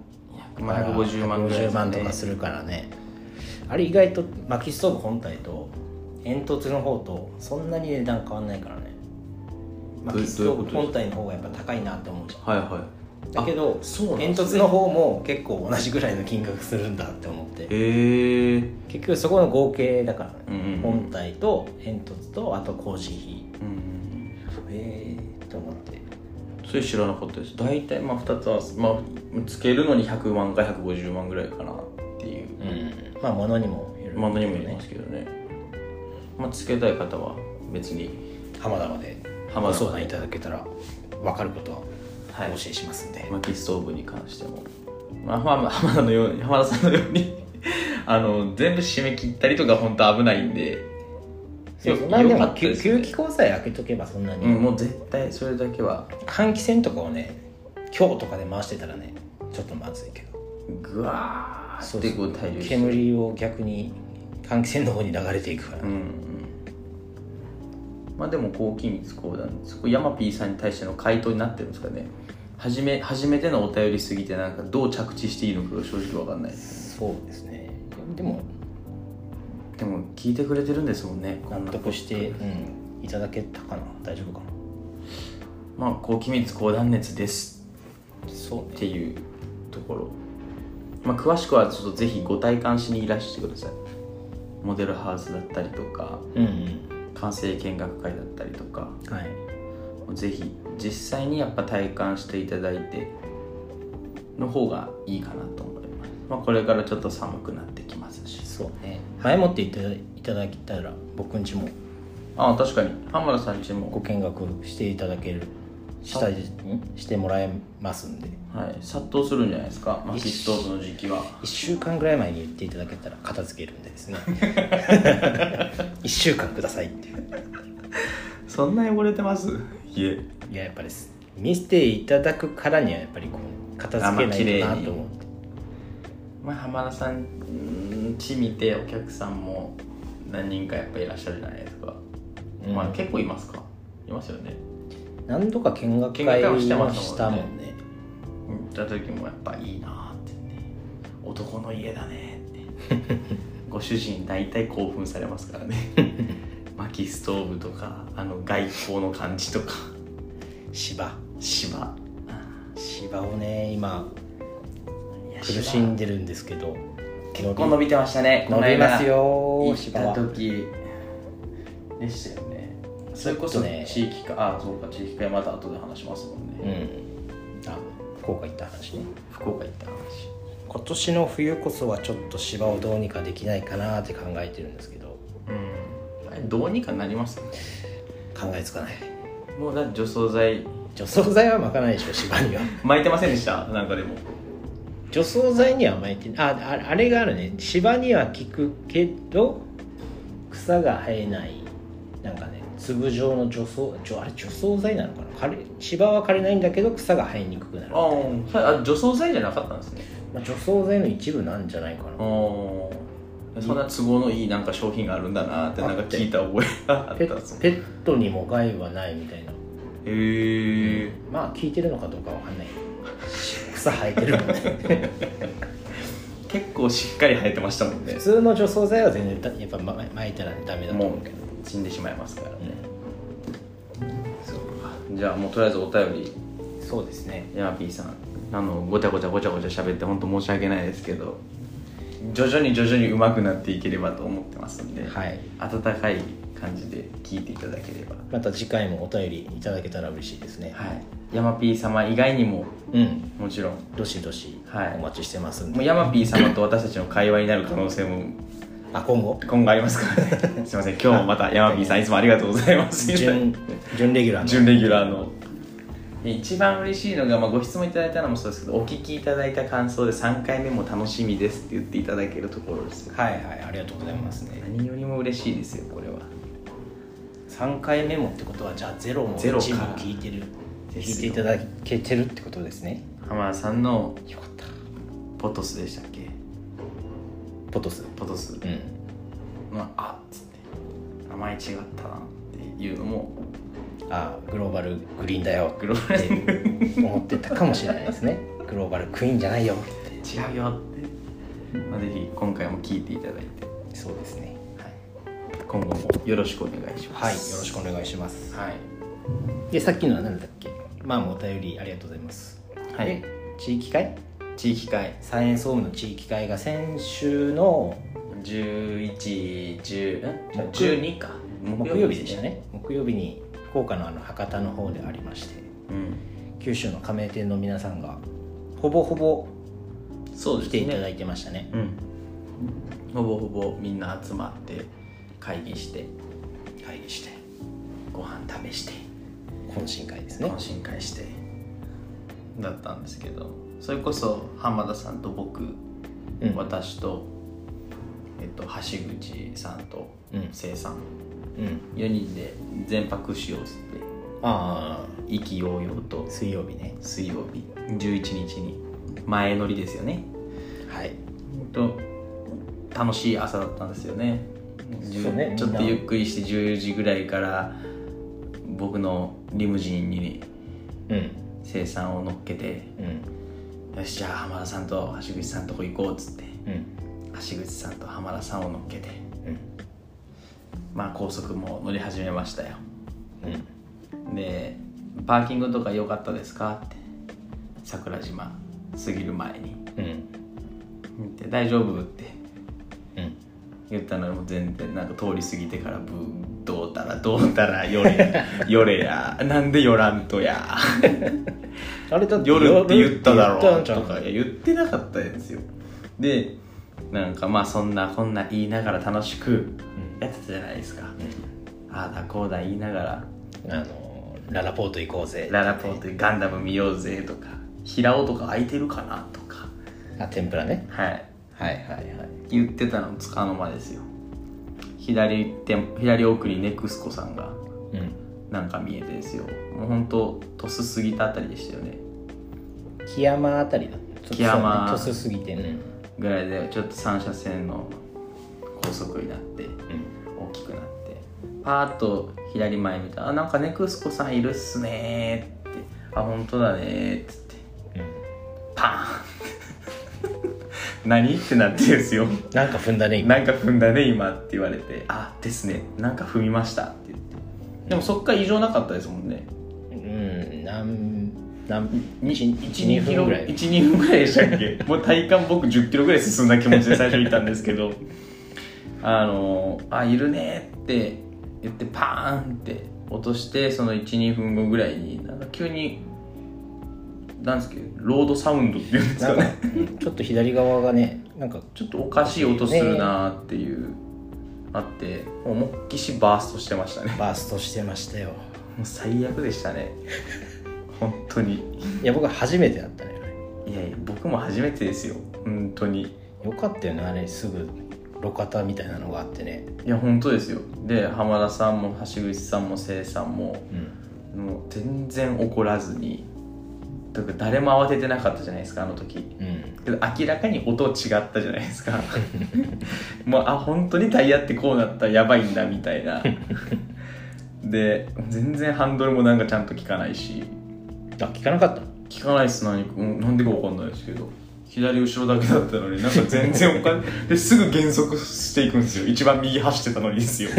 S2: 100万150万ぐらい
S1: 150万とかするからねあれ意外と薪ストーブ本体と煙突の方とそんなに値段変わんないからね
S2: どう
S1: 薪ストーブ
S2: どういう
S1: 本
S2: こと
S1: 体の方がやっぱ高いなって思うじゃん
S2: はいは
S1: だけど
S2: そうなん
S1: 煙
S2: ですね
S1: 突の方も結構同じぐらいの金額するんだって思っ
S2: い
S1: て
S2: へえー
S1: 結局そこの合計だからね、
S2: うんうんうん
S1: 本体と煙突とあと工事費
S2: うん、
S1: ええと思って
S2: それ知らなかったです大体まあ2つ合わせまあつけるのに100万か150万ぐらいかなっていう
S1: うんまあ物にもよる
S2: まあ何も言いますけどねまあつけたい方は別に
S1: 浜田までご
S2: 浜田まで
S1: 相談いただけたら分かることは
S2: はい
S1: お教えしますんで、
S2: 薪ストーブに関しても、まあ、まあまあ浜田のように浜田さんのように あの全部締め切ったりとか本当危ないんで
S1: そうそう
S2: よ
S1: まあで
S2: よ
S1: も
S2: かった
S1: 給
S2: ですね
S1: 給気口さえ開けとけばそんなに、
S2: うんもう絶対それだけは
S1: 換気扇とかをね今日とかで回してたらねちょっとまずいけど
S2: ぐわーってこう大量に
S1: 煙を逆に換気扇の方に流れていくから、
S2: うんうんまあでも高機密講談そこヤマピーさんに対しての回答になってるんですかね初め初めてのお便りすぎてなんかどう着地していいのかが正直わかんないです
S1: そうですねでも
S2: でも聞いてくれてるんですもんねこ
S1: 納
S2: んな
S1: 得して、うん、いただけたかな大丈夫かな
S2: まあ高機密講談熱です
S1: そう
S2: っ
S1: ね
S2: ていうところ、まあ、詳しくはちょっとぜひご体感しにいらしてくださいモデルハウスだったりとか
S1: うん
S2: 完成見学会だったりとか
S1: うんはい
S2: ぜひ実際にやっぱ体感していただいての方がいいかなと思います、まあ、これからちょっと寒くなってきますし
S1: そうね前もっていただいただけたら僕んちも
S2: ああ確かに浜田さんちも
S1: ご見学していただけるしたりしてもらえますんで
S2: はい、殺到するんじゃないですか薪ストーブの時期は
S1: 1週間ぐらい前に言っていただけたら片付けるんでです ね1週間くださいっていう
S2: そんな汚れてますいえ
S1: いややっぱりです見ていただくからにはやっぱりこう片付けないとなと思って
S2: まあ浜田さんうんち見てお客さんも何人かやっぱいらっしゃるじゃないですか、
S1: うん
S2: まあ結構いますかいますよね
S1: 何度か見学
S2: 見学
S1: 会
S2: 会
S1: を
S2: を
S1: し
S2: してて
S1: ま
S2: ま
S1: し
S2: したた
S1: も
S2: も
S1: ん
S2: ん
S1: ね
S2: 行った時もやっぱいいなってね男の家だねって ご主人大体興奮されますからね薪ストーブとかあの外交の感じとか
S1: 芝
S2: 芝
S1: 芝をね今
S2: いや
S1: 苦しんでるんですけど
S2: 結構伸びてましたねこの
S1: 伸び
S2: 間
S1: ますよ
S2: 行っ
S1: 芝
S2: た
S1: は
S2: 時でしたよねそれこ
S1: ちょ
S2: そ
S1: っとね
S2: 地域か、あそうか地域会また後で話しますもんね、
S1: うんあ福岡行った話ね
S2: 福岡行った話
S1: 今年の冬こそはちょっと芝をどうにかできないかなって考えてるんですけど
S2: うんあれどうにかなります
S1: 考えつかない
S2: もうだって除草剤
S1: 除草剤は巻かないでしょ芝 には
S2: 巻いてませんでしたなんかでも
S1: 除草剤には巻いてあああれがあるね芝には効くけど草が生えないなんかね粒状の除草ちょあれ除草剤なのかな枯れ芝は枯れないんだけど草が生えにくくなるみたいな
S2: あーそれあ除草剤じゃなかったんですね
S1: まあ、除草剤の一部なんじゃないか
S2: あ
S1: な
S2: ーそんな都合のいいなんか商品があるんだなってなんか聞いた覚えがあった
S1: ペ
S2: んで
S1: ッ
S2: すね
S1: ペットにも害はないみたいな
S2: へえ
S1: まあ聞いてるのかどうかわか んない草生えてるもんね
S2: 結構しっかり生えてましたもんね
S1: 普通の除草剤は全然だやっぱま巻いたらダメだと
S2: も
S1: 思
S2: う
S1: うけど
S2: 死んでしまいますからね、
S1: う
S2: そうかじゃあもうとりあえずお便り
S1: んそうですね
S2: ヤマピーさんあのごちゃごちゃごちゃごちゃ喋って本当申し訳ないですけど徐々に徐々に上手くなっていければと思ってますんで、
S1: はい
S2: 温かい感じで聞いていただければ
S1: また次回もお便りいただけたら嬉しいですね
S2: はいヤマピー様以外にも
S1: うん
S2: もちろん
S1: どしどし
S2: はい
S1: お待ちしてますんで、
S2: もうヤマピー様と私たちの会話になる可能性も
S1: あ今後
S2: 今後ありますから ねすいません今日もまたヤマピーさんいつもありがとうございます
S1: 準準レギュラーの
S2: 準レギュラーの一番嬉しいのが、まあ、ご質問いただいたのもそうですけどお聞きいただいた感想で3回目も楽しみですって言っていただけるところですよ
S1: はいはいありがとうございますね
S2: 何よりも嬉しいですよこれは
S1: 3回目もってことはじゃあゼロも
S2: ゼロか
S1: 1も聞いてる
S2: です
S1: 聞
S2: よ
S1: いていただけてるってことですね
S2: 浜田さんの
S1: よかった
S2: ポトスでしたっけ
S1: ポトス
S2: ポトス
S1: うん
S2: の「あ」っつって名前違ったなっていうのも
S1: あグローバルグリーンだよ
S2: グローバ
S1: っ
S2: ル違
S1: て思ってたかもしれないですねグローバルクイーンじゃないよ
S2: うよって、まあ、ぜひ今回も聞いていただいて、
S1: そうですね
S2: はい、今後もよろしくお願いします
S1: はいよろしくお願いします
S2: はい
S1: でさっきのは何だっけまあお便りありがとうございます
S2: はい、
S1: で地域会
S2: 地域会
S1: サイエンスホームの地域会が先週の
S2: 11、10、
S1: 木
S2: 12か
S1: 木曜日でしたね木曜日に福岡のあの博多の方でありまして
S2: うん
S1: 九州の加盟店の皆さんがほぼほぼ
S2: そうで
S1: 来
S2: す
S1: て
S2: ね
S1: いただいてましたね
S2: うんほぼほぼみんな集まって会議して
S1: 会議して
S2: ご飯食べして
S1: 懇親会ですね
S2: 懇親会してだったんですけどそれこそ浜田さんと僕、
S1: うん
S2: 私と、えっと、橋口さんと
S1: うん
S2: 生さん
S1: うん
S2: 4人で全泊しようっつって
S1: ああ
S2: 意気揚々と
S1: 水曜日ね
S2: 水曜日11日に前乗りですよね
S1: はい
S2: と楽しい朝だったんですよねじゅ
S1: そうね
S2: ちょっと
S1: みんな
S2: ゆっくりして10時ぐらいから僕のリムジンに
S1: うん
S2: 生産を乗っけて
S1: うん
S2: よしじゃあ浜田さんと橋口さんとこ行こうっつって
S1: うん
S2: 橋口さんと浜田さんを乗っけて
S1: うん
S2: まあ高速も乗り始めましたよ
S1: うん
S2: で「パーキングとか良かったですか?」って桜島過ぎる前に
S1: うん
S2: 「で大丈夫?」って
S1: うん
S2: 言ったのも全然なんか通り過ぎてからブーどうたらどうたらよれやよれやなんでよらんとや
S1: あれだって
S2: 夜って言っただ
S1: 夜
S2: ろ
S1: って言った
S2: うと
S1: んちゃ
S2: かいや言ってなかったんですよでなんかまあそんなこんな言いながら楽しくやってたじゃないですか、ああだこうだ言いながら
S1: うあのララポート行こうぜ
S2: ララポートガンダム見ようぜとか平尾とか空いてるかなとか
S1: あ天ぷらね
S2: はい
S1: はいはいはい
S2: 言ってたのつかの間ですよ左手左奥にネクスコさんが
S1: うん
S2: なんか見えてですよもうほんと鳥栖過ぎたあたりでしたよね
S1: 木山あたりだちょっと
S2: 木山
S1: そうね鳥栖すぎてね
S2: ぐらいでちょっと三車線の高速になって
S1: うん
S2: 大きくなってパーッと左前見たらあなんかネクスコさんいるっすねーってあ本当だねーっつって
S1: うん
S2: パーン 何ってなってですよ
S1: なんか踏んだね今
S2: なんか踏んだね今って言われてあですねなんか踏みましたって言ってでもそっから異常なかったですもんね
S1: うんなんなん
S2: 12
S1: 12
S2: キ
S1: 分ぐ
S2: ロぐ
S1: ら
S2: らい
S1: い
S2: 12分ぐらいでしたっけもう体感僕1 0キロぐらい進んだ気持ちで最初いたんですけどあのあいるねって言ってパーンって落としてその12分後ぐらいになんか急になんですけどロードサウンドっていうんです
S1: な
S2: か
S1: んか
S2: ね
S1: うん ちょっと左側がねなんか
S2: ちょっとおかしい音するなーっていう、あってもう思いっきしバーストしてましたね
S1: バーストしてましたよ
S2: もう最悪でしたね本当に
S1: いや僕初めてだったね
S2: いやいや僕も初めてですよ本当に
S1: よかったよねあれすぐ路肩みたいなのがあってね
S2: いや本当ですよで浜田さんも橋口さんもせさんも
S1: うん
S2: もう全然怒らずにというか誰も慌ててなかったじゃないですかあの時
S1: うん
S2: けど明らかに音違ったじゃないですかもうあ本当にタイヤってこうなったらやばいんだみたいなで全然ハンドルもなんかちゃんと効かないし
S1: あ聞かなかったの
S2: 聞かないっす何うんなんでか分かんないですけど左後ろだけだったのになんか全然おかですぐ減速していくんですよ一番右走ってたのにですよ
S1: あっ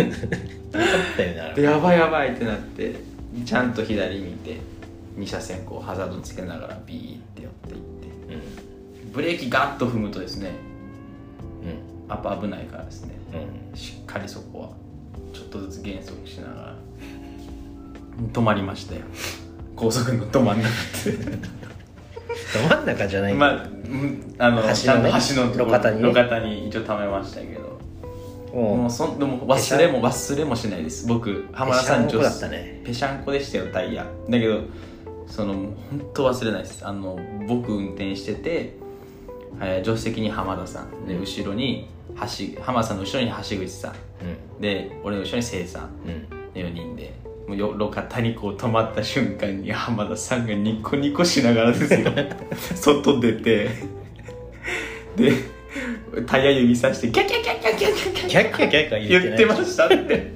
S1: たよねあ
S2: で
S1: れ
S2: やばいやばいってなってちゃんと左見て2車線こうハザードつけながらビーって寄っていって
S1: うん
S2: ブレーキガッと踏むとですね
S1: うん
S2: やっぱ危ないからですね
S1: うん
S2: しっかりそこはちょっとずつ減速しながら止まりましたよ高速の止まんな くて
S1: ど真ん中じゃないけど、
S2: まあ、うんあの、
S1: 橋のね
S2: ちゃんと橋のところ
S1: 路肩にね
S2: 路肩に一応溜めましたけど、も
S1: も
S2: うそんでも忘れも忘れもしないです。僕
S1: う
S2: 浜田山
S1: ペシャン
S2: 頂
S1: コだったね
S2: ペシャンコでしたよタイヤ。だけどそのもう本当忘れないです。あの僕運転してて、えー助手席に浜田さんで後ろに橋浜田さんの後ろに橋口さん
S1: う
S2: で俺の後ろに聖さん
S1: んうん
S2: の4人で。もうよ路肩にこう止まった瞬間に浜田さんがニコニコしながらで すよ外出てでタイヤ指さしてキャキャキャキャキャキャキャ
S1: キャッキャキャッキャ
S2: 言ってま
S1: し
S2: したって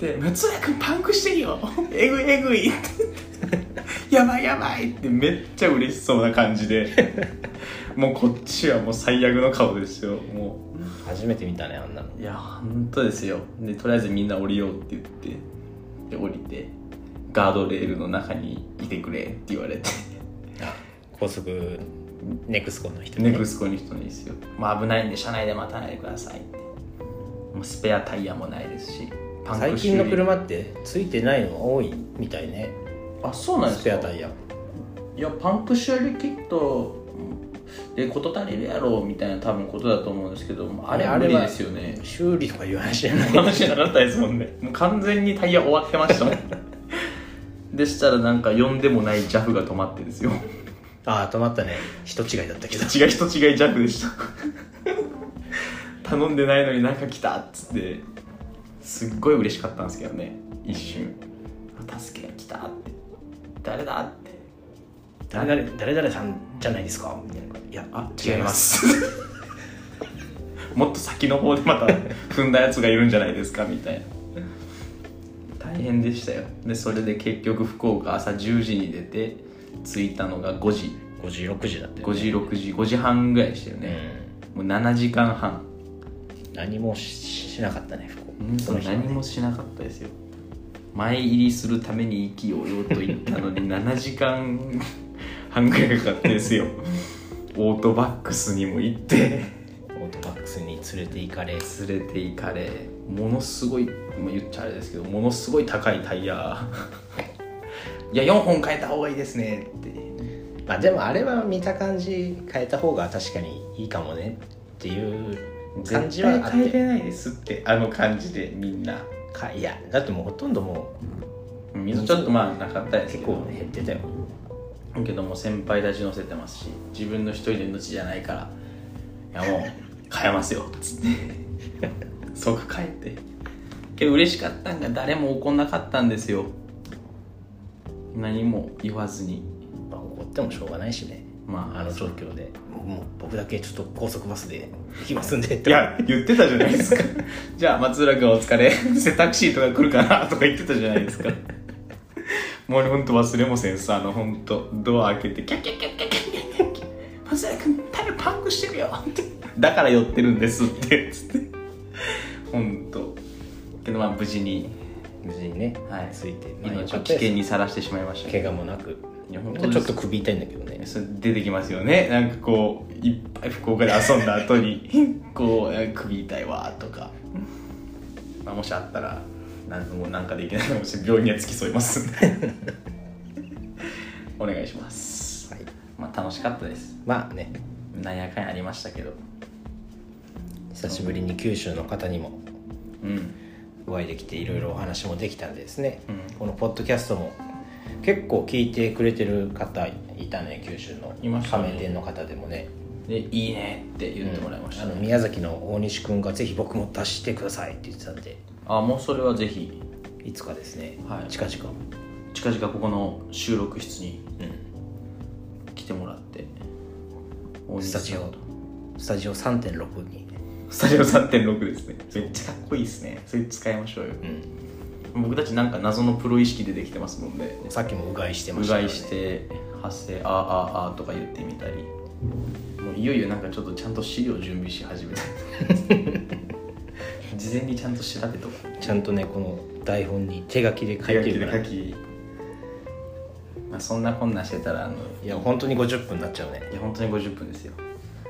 S2: で「松浦君パンクしてるよえぐいえぐい」って「やばいやばい」ってめっちゃ嬉しそうな感じでもうこっちはもう最悪の顔ですよもう
S1: 初めて見たねあんなの
S2: いや本当ですよでとりあえずみんな降りようって言ってで降りてガードレールの中にいてくれって言われて
S1: あ高速ネクスコの人
S2: ネクスコに人にですよ、まあ、危ないんで車内で待たないでくださいってもうスペアタイヤもないですしパンク
S1: 最近の車ってついてないのが多いみたいね
S2: あそうなんで
S1: ス
S2: す
S1: ペ
S2: か
S1: アタイヤ
S2: いやパンク修理キットで事足りるやろみたいな多分ことだと思うんですけどあれ
S1: いや
S2: あれ
S1: あれは
S2: ですよね
S1: 修理とか言わないじゃない
S2: 話じゃなかったですもんねもう完全にタイヤ終わってましたもんでしたらなんか呼んでもない JAF が止まってですよ
S1: ああ止まったね人違いだった けど
S2: 人違い人違い JAF でした 頼んでないのになんか来たっつってすっごい嬉しかったんですけどね一瞬あ助けが来たって誰だって
S1: 誰々誰々さんじゃないですかみたいないや
S2: あ違います もっと先の方でまた踏んだやつがいるんじゃないですかみたいな大変でしたよでそれで結局福岡朝10時に出て着いたのが5時
S1: 56時だったよ、
S2: 5時6時5時半ぐらいでしたよ
S1: う
S2: ね、
S1: ん
S2: もう7時間半
S1: 何もししなかったね不幸
S2: 本当
S1: の日は
S2: 何もしなかったですよ前入りするために生きようよと言ったの に7時間半ぐらいかかってですよオートバックスにも行って
S1: オートバックスに連れて行かれ
S2: 連れて行かれものすごい、まあ、言っちゃあれですけどものすごい高いタイヤ いや4本変えた方がいいですねって
S1: まあでもあれは見た感じ変えた方が確かにいいかもねっていう感じ
S2: 絶
S1: は
S2: 対
S1: あっ
S2: 変え
S1: て
S2: れないですってあの感じでみんな
S1: かいやだってもうほとんどもう
S2: 水ちょっとまあなかったです
S1: 結
S2: け
S1: 構
S2: ど
S1: ね減ってたよ
S2: けども先輩たち乗せてますし自分の一人の命じゃないからいやもう変えますよっつって 即帰ってけど嬉しかったんが誰も怒んなかったんですよ何も言わずに
S1: まあ怒ってもしょうがないしね
S2: まあ
S1: あの状況でもう僕だけちょっと高速バスで行きますんでっ
S2: い
S1: て
S2: や言ってたじゃないですかじゃあ松浦君お疲れタクシーとか来るかなとか言ってたじゃないですかもう本当忘れもせんさあの本当ドア開けてキャッキャッキャッキャッキャッキャッキャッキャッ松浦君タイヤパンクしてるよってだから寄ってるんですってつって本当けどまあ無事に
S1: 無事にね、
S2: はい
S1: ついて、まあ、よ
S2: 命
S1: か
S2: を
S1: っ
S2: 危
S1: たで
S2: 険
S1: す
S2: にさらしてしまいましたけ
S1: 怪我もなく
S2: いや
S1: 本
S2: 本
S1: 当
S2: 当
S1: は
S2: です
S1: ちょっと首痛いんだけどね
S2: どそれ出てきますよねなんかこういっぱい福岡で遊んだ後 にこう「首痛いわ」とか、まあ、もしあったらなんもうなんかできないかもしれない病院には付き添いますんで お願いします、
S1: はい
S2: まあ楽しかったです
S1: まあね
S2: なんやかんやありましたけど
S1: 久しぶりに九州の方にも
S2: うん
S1: お会いできていろいろお話もできたんでですね、
S2: うん
S1: このポッドキャストも結構聞いてくれてる方いたね九州の
S2: いました
S1: 加
S2: ね
S1: 盟店の方でもね
S2: で「いいね」って言ってもらいました
S1: あ
S2: ね、
S1: の宮崎の大西君が「ぜひ僕も出してください」って言ってたんで
S2: あもうそれはぜひ
S1: いつかですね、
S2: はい
S1: 近々、
S2: 近々ここの収録室に
S1: うん
S2: 来てもらって大西
S1: ス
S2: さ
S1: タ
S2: ん
S1: ジオスタジオ3.6に、
S2: スタジオ3.6ですね。めっちゃかっこいいですね。それ使いましょうよ。
S1: うん
S2: 僕たちなんか謎のプロ意識出てきてますもんで、
S1: さっきもうがいしてま
S2: う
S1: した
S2: が
S1: からね
S2: いして、発声、あーあーあーとか言ってみたり、もういよいよなんかちょっとちゃんと資料準備し始め た。事前にちゃんと調べとか。
S1: ちゃんとねこの台本に手書きで書いてるから、
S2: 書き。まあ、そんなこんなしてたら、あの、
S1: いや本当に50分になっちゃうね
S2: いや、本当に50分ですよ。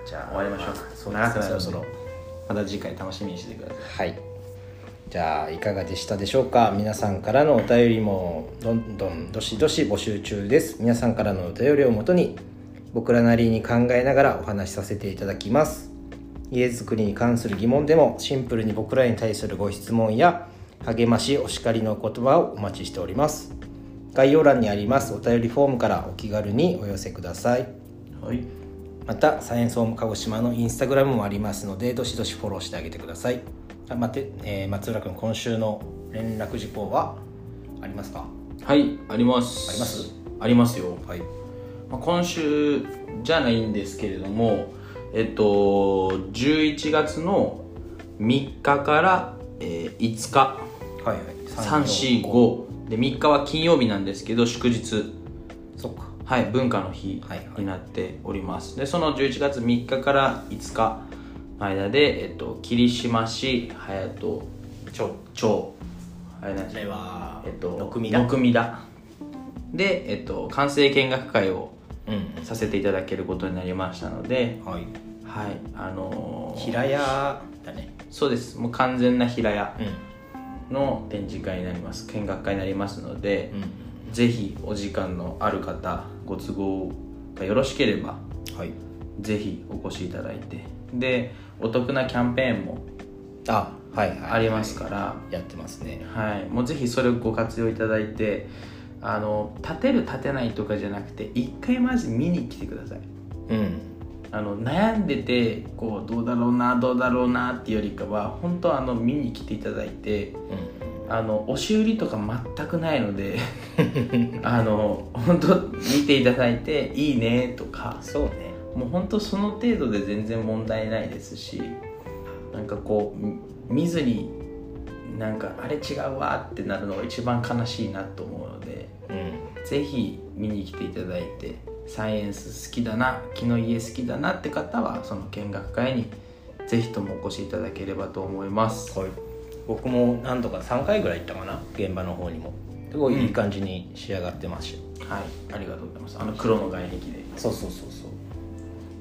S1: じゃあ
S2: 終わりましょう。
S1: そうで
S2: 長く
S1: す
S2: な
S1: ね
S2: る
S1: そ
S2: の
S1: ろ
S2: で
S1: そろ
S2: また次回楽しみにしてください。
S1: はい。じゃあいかがでしたでしょうか皆さんからのお便りもどんどんどしどし募集中です皆さんからのお便りをもとに僕らなりに考えながらお話しさせていただきます家づくりに関する疑問でもシンプルに僕らに対するご質問や励ましお叱りの言葉をお待ちしております概要欄にありますお便りフォームからお気軽にお寄せください
S2: はい。
S1: またサイエンスホーム鹿児島のインスタグラムもありますのでどしどしフォローしてあげてくださいあ待って、えー松浦君今週の連絡事項はありますか
S2: はい、あります。
S1: あります
S2: ありますよ。
S1: はい
S2: まあ、今週じゃないんですけれども、えっと、11月の3日から、えー5日
S1: はいはい
S2: 345で3日は金曜日なんですけど祝日
S1: そっか
S2: はい、文化の日
S1: はいはい
S2: になっております、でその11月3日から5日の間で、えっと、霧島市隼人
S1: 超
S2: 町あれなんです
S1: これは
S2: えっと、
S1: の組だ
S2: 六味だで、えっと、完成見学会を
S1: うん
S2: させていただけることになりましたので、
S1: うんはい
S2: はい、あのー
S1: 平屋だね
S2: そうです、もう完全な平屋
S1: うん
S2: の展示会になります、見学会になりますので、
S1: う
S2: ぜひお時間のある方、ご都合がよろしければ、
S1: んはい
S2: ぜひお越しいただいて、で、お得なキャンペーンも
S1: あはいはい、
S2: ありますから、
S1: やってますね
S2: はい、もうぜひそれをご活用いただいてあの立てる立てないとかじゃなくて一回まず見に来てください
S1: うん
S2: あの悩んでてこうどうだろうなどうだろうなっていうよりかは本当あの見に来ていただいて
S1: う
S2: あの押し売りとか全くないの であの本当見ていただいて「いいね」とか
S1: んそうね
S2: もう本当その程度で全然問題ないですしなんかこうみ見ずになんかあれ違うわってなるのが一番悲しいなと思うので
S1: うん
S2: ぜひ見に来ていただいてサイエンス好きだな木の家好きだなって方はその見学会にぜひともお越しいただければと思います
S1: はい僕も何度か3回ぐらい行ったかな現場の方にもすごいいい感じに仕上がってますよ、
S2: はいありがとうございますあの黒の外壁で
S1: そうそうそうそう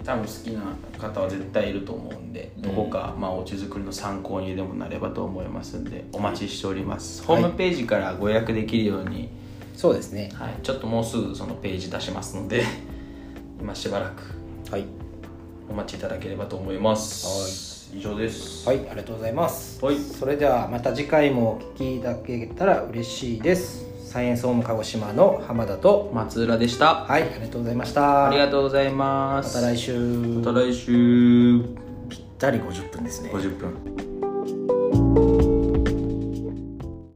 S2: 多分好きな方は絶対いると思うんで、
S1: ん
S2: どこか、まあ、お家作りの参考にでもなればと思いますんでお待ちしております、
S1: はい
S2: ホームページからご予約できるように、
S1: そうですね
S2: はい、ちょっともうすぐそのページ出しますの で今しばらく
S1: はい
S2: お待ちいただければと思います、以上です、
S1: はいありがとうございます、
S2: はい
S1: それではまた次回もお聞きいただけたら嬉しいですサイエンスホーム鹿児島の浜田と
S2: 松浦でした
S1: はいありがとうございました
S2: ありが
S1: と
S2: とうございま
S1: ますた来週
S2: また来週
S1: ぴったり50分ですね
S2: 50分